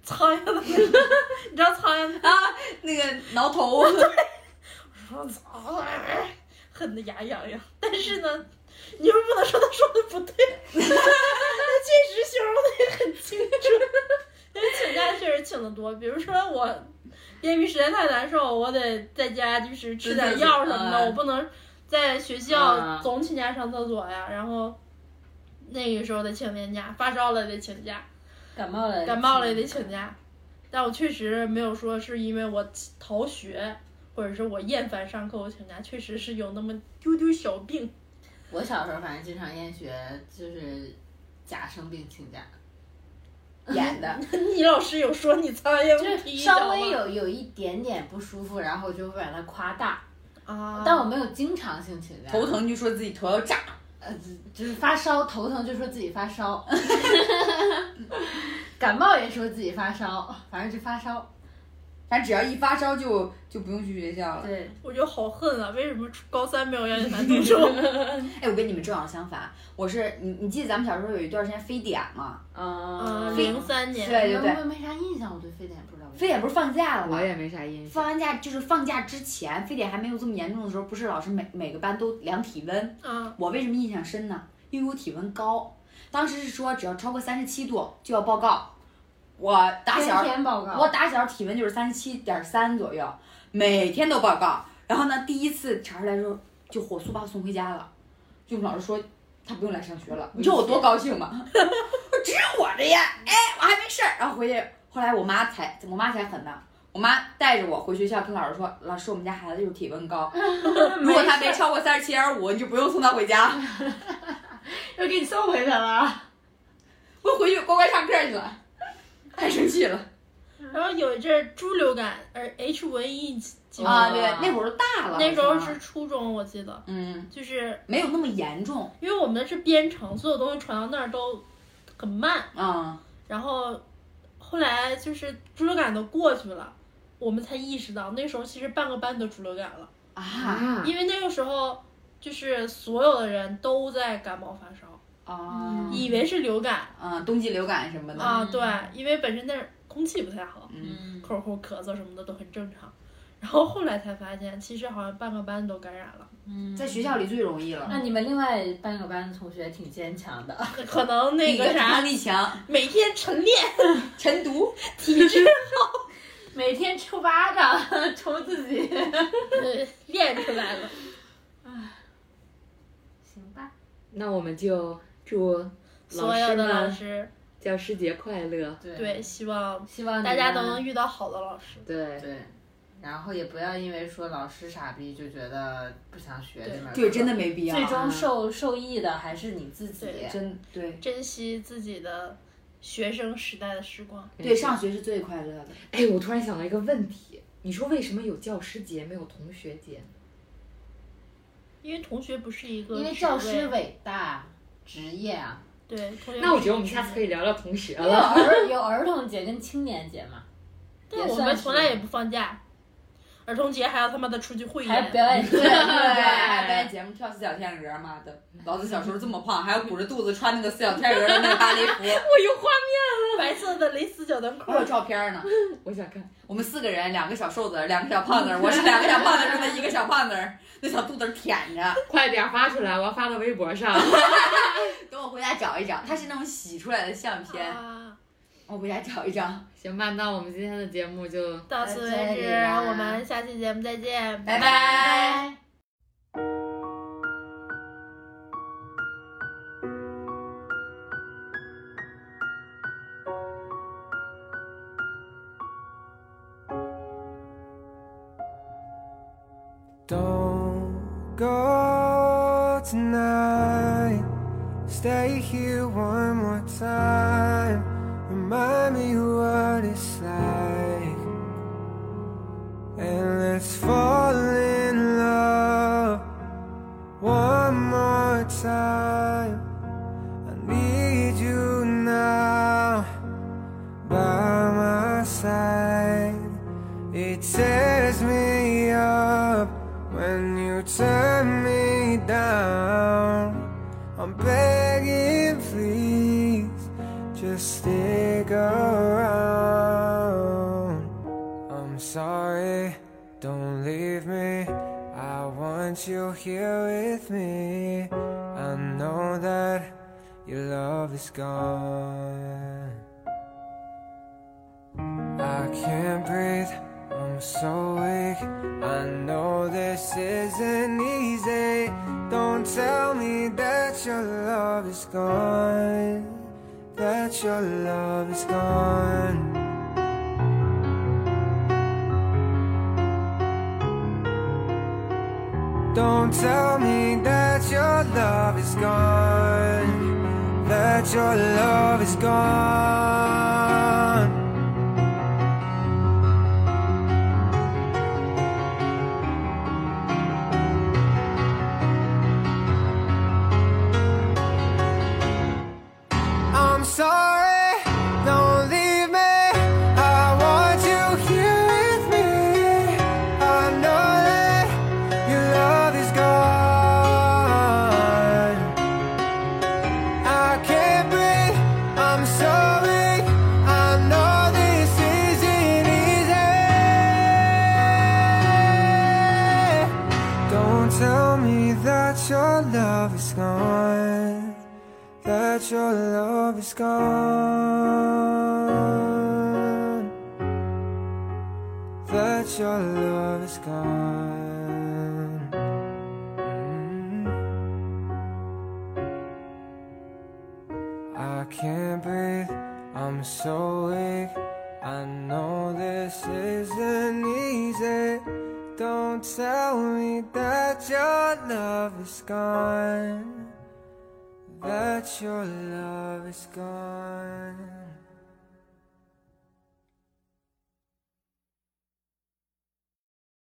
Speaker 3: 苍蝇的， [laughs] 你知道苍蝇
Speaker 2: 啊，那个挠头， [laughs]
Speaker 3: 我操，哎恨得牙痒痒。但是呢，你又不能说他说的不对，他确实形容的也很清楚。因为请假确实请的多，比如说我便秘实在太难受，我得在家就是吃点药什么的，
Speaker 2: 嗯
Speaker 3: 我不能在学校总请假上厕所呀。然后那个时候得请年假，发烧了也得请假。
Speaker 4: 感冒了，
Speaker 3: 感冒了也得请假。但我确实没有说是因为我逃学或者是我厌烦上课，我请假，确实是有那么丢丢小病。
Speaker 4: 我小时候反正经常厌学，就是假生病请假，
Speaker 2: 演
Speaker 3: [laughs]
Speaker 2: 的，
Speaker 3: 你老师有说你苍蝇
Speaker 4: 就
Speaker 3: 踢
Speaker 4: 是
Speaker 3: 一
Speaker 4: 稍
Speaker 3: 脚
Speaker 4: 微
Speaker 3: 吗？
Speaker 4: 有有一点点不舒服，然后我就会把它夸大，
Speaker 3: 啊，
Speaker 4: 但我没有经常性请假。
Speaker 2: 头，疼就说自己头要炸，
Speaker 4: 呃，就是发烧头疼就说自己发烧， [laughs] 感冒也说自己发烧，反正就发烧。
Speaker 2: 反正只要一发烧就就不用去学校了。
Speaker 4: 对，
Speaker 3: 我就好恨啊！为什么初高三没有要你男读
Speaker 4: [laughs]
Speaker 3: 书？
Speaker 2: 哎，我跟你们正好相反，我是你你记得咱们小时候有一段时间非典吗？
Speaker 3: 嗯，
Speaker 4: 嗯
Speaker 3: 零三年，
Speaker 2: 对对对
Speaker 4: 没没啥印象，我对非典不知道为啥。
Speaker 2: 非典不是放假了吗
Speaker 1: 我？也没啥印象。
Speaker 2: 放完假就是放假之前，非典还没有这么严重的时候，不是老师每每个班都量体温。
Speaker 3: 啊，
Speaker 2: 我为什么印象深呢？因为我体温高，当时是说只要超过三十七度就要报告。我打小
Speaker 4: 天天报告，
Speaker 2: 我打小体温就是三十七点三左右，每天都报告。然后呢，第一次查出来之后，就火速把我送回家了。就我们老师说他不用来上学了，你知道我多高兴吗？ [laughs] 我说只有我这样，哎，我还没事儿。然后回去，后来我妈才我妈才狠呢。我妈带着我回学校跟老师说：“老师，我们家孩子就是体温
Speaker 3: [laughs]
Speaker 2: 高，如果他没超过三十七点五，你就不用送他回家。
Speaker 4: 又给你送回来了。”
Speaker 2: [laughs] 我回去乖乖上课去了，太生气了
Speaker 3: 然后有一阵儿猪流感，而 H 5 N 1疾病，
Speaker 2: 啊！对，那会儿都大了，
Speaker 3: 那时
Speaker 2: 好
Speaker 3: 候
Speaker 2: 像
Speaker 3: 是初中，我记得，
Speaker 2: 嗯，
Speaker 3: 就是
Speaker 2: 没有那么严重
Speaker 3: 因为我们是编程，所有东西传到那儿都很慢。
Speaker 2: 啊。
Speaker 3: 然后后来就是猪流感都过去了，我们才意识到那时候其实半个班都猪流感了，
Speaker 2: 啊
Speaker 1: 啊，
Speaker 3: 因为那个时候就是所有的人都在感冒发烧，
Speaker 2: 啊
Speaker 3: 以为是流感
Speaker 2: 啊，冬季流感什么的，
Speaker 3: 啊，对，因为本身那儿空气不太好，
Speaker 2: 嗯，
Speaker 3: 口呼咳嗽什么的都很正常。然后后来才发现，其实好像半个班都感染了，
Speaker 4: 嗯
Speaker 2: 在学校里最容易了，
Speaker 4: 那你们另外半个班的同学挺坚强的，
Speaker 3: 可能那个
Speaker 2: 抵抗
Speaker 3: 啥，
Speaker 2: 力强，
Speaker 3: 每天晨练，
Speaker 2: 晨 [laughs] 读，
Speaker 3: 体质
Speaker 4: 每天抽巴掌 [laughs] 抽自 [laughs] 己。
Speaker 3: 呃练出来了。
Speaker 4: 行吧，
Speaker 1: 那我们就祝
Speaker 3: 所有的老
Speaker 1: 老师们
Speaker 3: 师，
Speaker 1: 教师节快乐。
Speaker 4: 对
Speaker 3: 对，希望
Speaker 4: 希望你
Speaker 3: 大家
Speaker 4: 们
Speaker 3: 都能遇到好的老师。
Speaker 1: 对，
Speaker 4: 对，然后也不要因为说老师傻逼就觉得不想学这门课，嗯
Speaker 2: 对，真的没必要，
Speaker 4: 最终受受益的还是你自己。
Speaker 3: 对
Speaker 2: 真对
Speaker 3: 珍惜自己的学生时代的时光。
Speaker 2: 对，上学是最快乐的，
Speaker 1: 哎，我突然想到一个问题，你说为什么有教师节没有同学节呢？
Speaker 3: 因为同学不是一个
Speaker 4: 因为教师
Speaker 3: 职位
Speaker 4: 伟大职业啊，
Speaker 3: 对同学
Speaker 1: 那我
Speaker 3: 不
Speaker 1: 觉
Speaker 3: 是
Speaker 1: 得我们下次可以聊聊同学
Speaker 4: 有
Speaker 1: 了。
Speaker 4: 儿有儿童节跟青年节嘛，
Speaker 3: 对
Speaker 4: 也
Speaker 3: 我
Speaker 4: 算
Speaker 3: 们
Speaker 4: 是
Speaker 3: 从来也不放假，儿童节还要他妈的出去汇
Speaker 4: 还
Speaker 3: 演。
Speaker 4: 表 [laughs] 演
Speaker 2: 对还表演节目跳四小天鹅，妈的，老子小时候这么胖，还要鼓着肚子穿那个四小天鹅的那个芭蕾服，
Speaker 3: 我有画面了，白色的蕾丝小短裤
Speaker 2: [laughs]
Speaker 4: 哦
Speaker 2: 我。有照片 [laughs] 呢，
Speaker 1: 我想看，
Speaker 2: 我们四个人，两个小瘦子，两个小胖子， [laughs] 我是两个小胖子中的一个小胖子，那小肚子舔 [laughs] 着。
Speaker 1: 快点儿发出来，我要发到微博上。 [laughs]
Speaker 2: 等我回家找一张，它是那种洗出来的相片，
Speaker 3: 啊，
Speaker 2: 我回家找一张。
Speaker 1: 行吧，那我们今天的节目就
Speaker 3: 到此为
Speaker 4: 在这
Speaker 3: 止，
Speaker 4: 里啦
Speaker 3: 我们下期节目再见，
Speaker 2: 拜拜
Speaker 4: 拜。
Speaker 6: Don't go tonight. Stay here one more time. Remind me what it's like. And let's fall in love one more time. I need you now by my side. It tears me up when you turn me down. I'm begging, please, just stick around. I'm sorry, don't leave me. I want you here with me. I know that your love is gone. I can't breathe, I'm so weak. I know this isn't easy. Don't tell me that your love is gone. That your love is gone. Don't tell me that your love is gone. That your love is gone. I'm sorry, don't leave me. I want you here with me. I know that your love is gone. I can't breathe, I'm so weak. I know this isn't easy. Don't tell me that your love is gone that your love is gone. That your love is gone. Mm-hmm. Mm. I can't breathe, I'm so weak. I know this isn't easy. Don't tell me that your love is gone that your love is gone.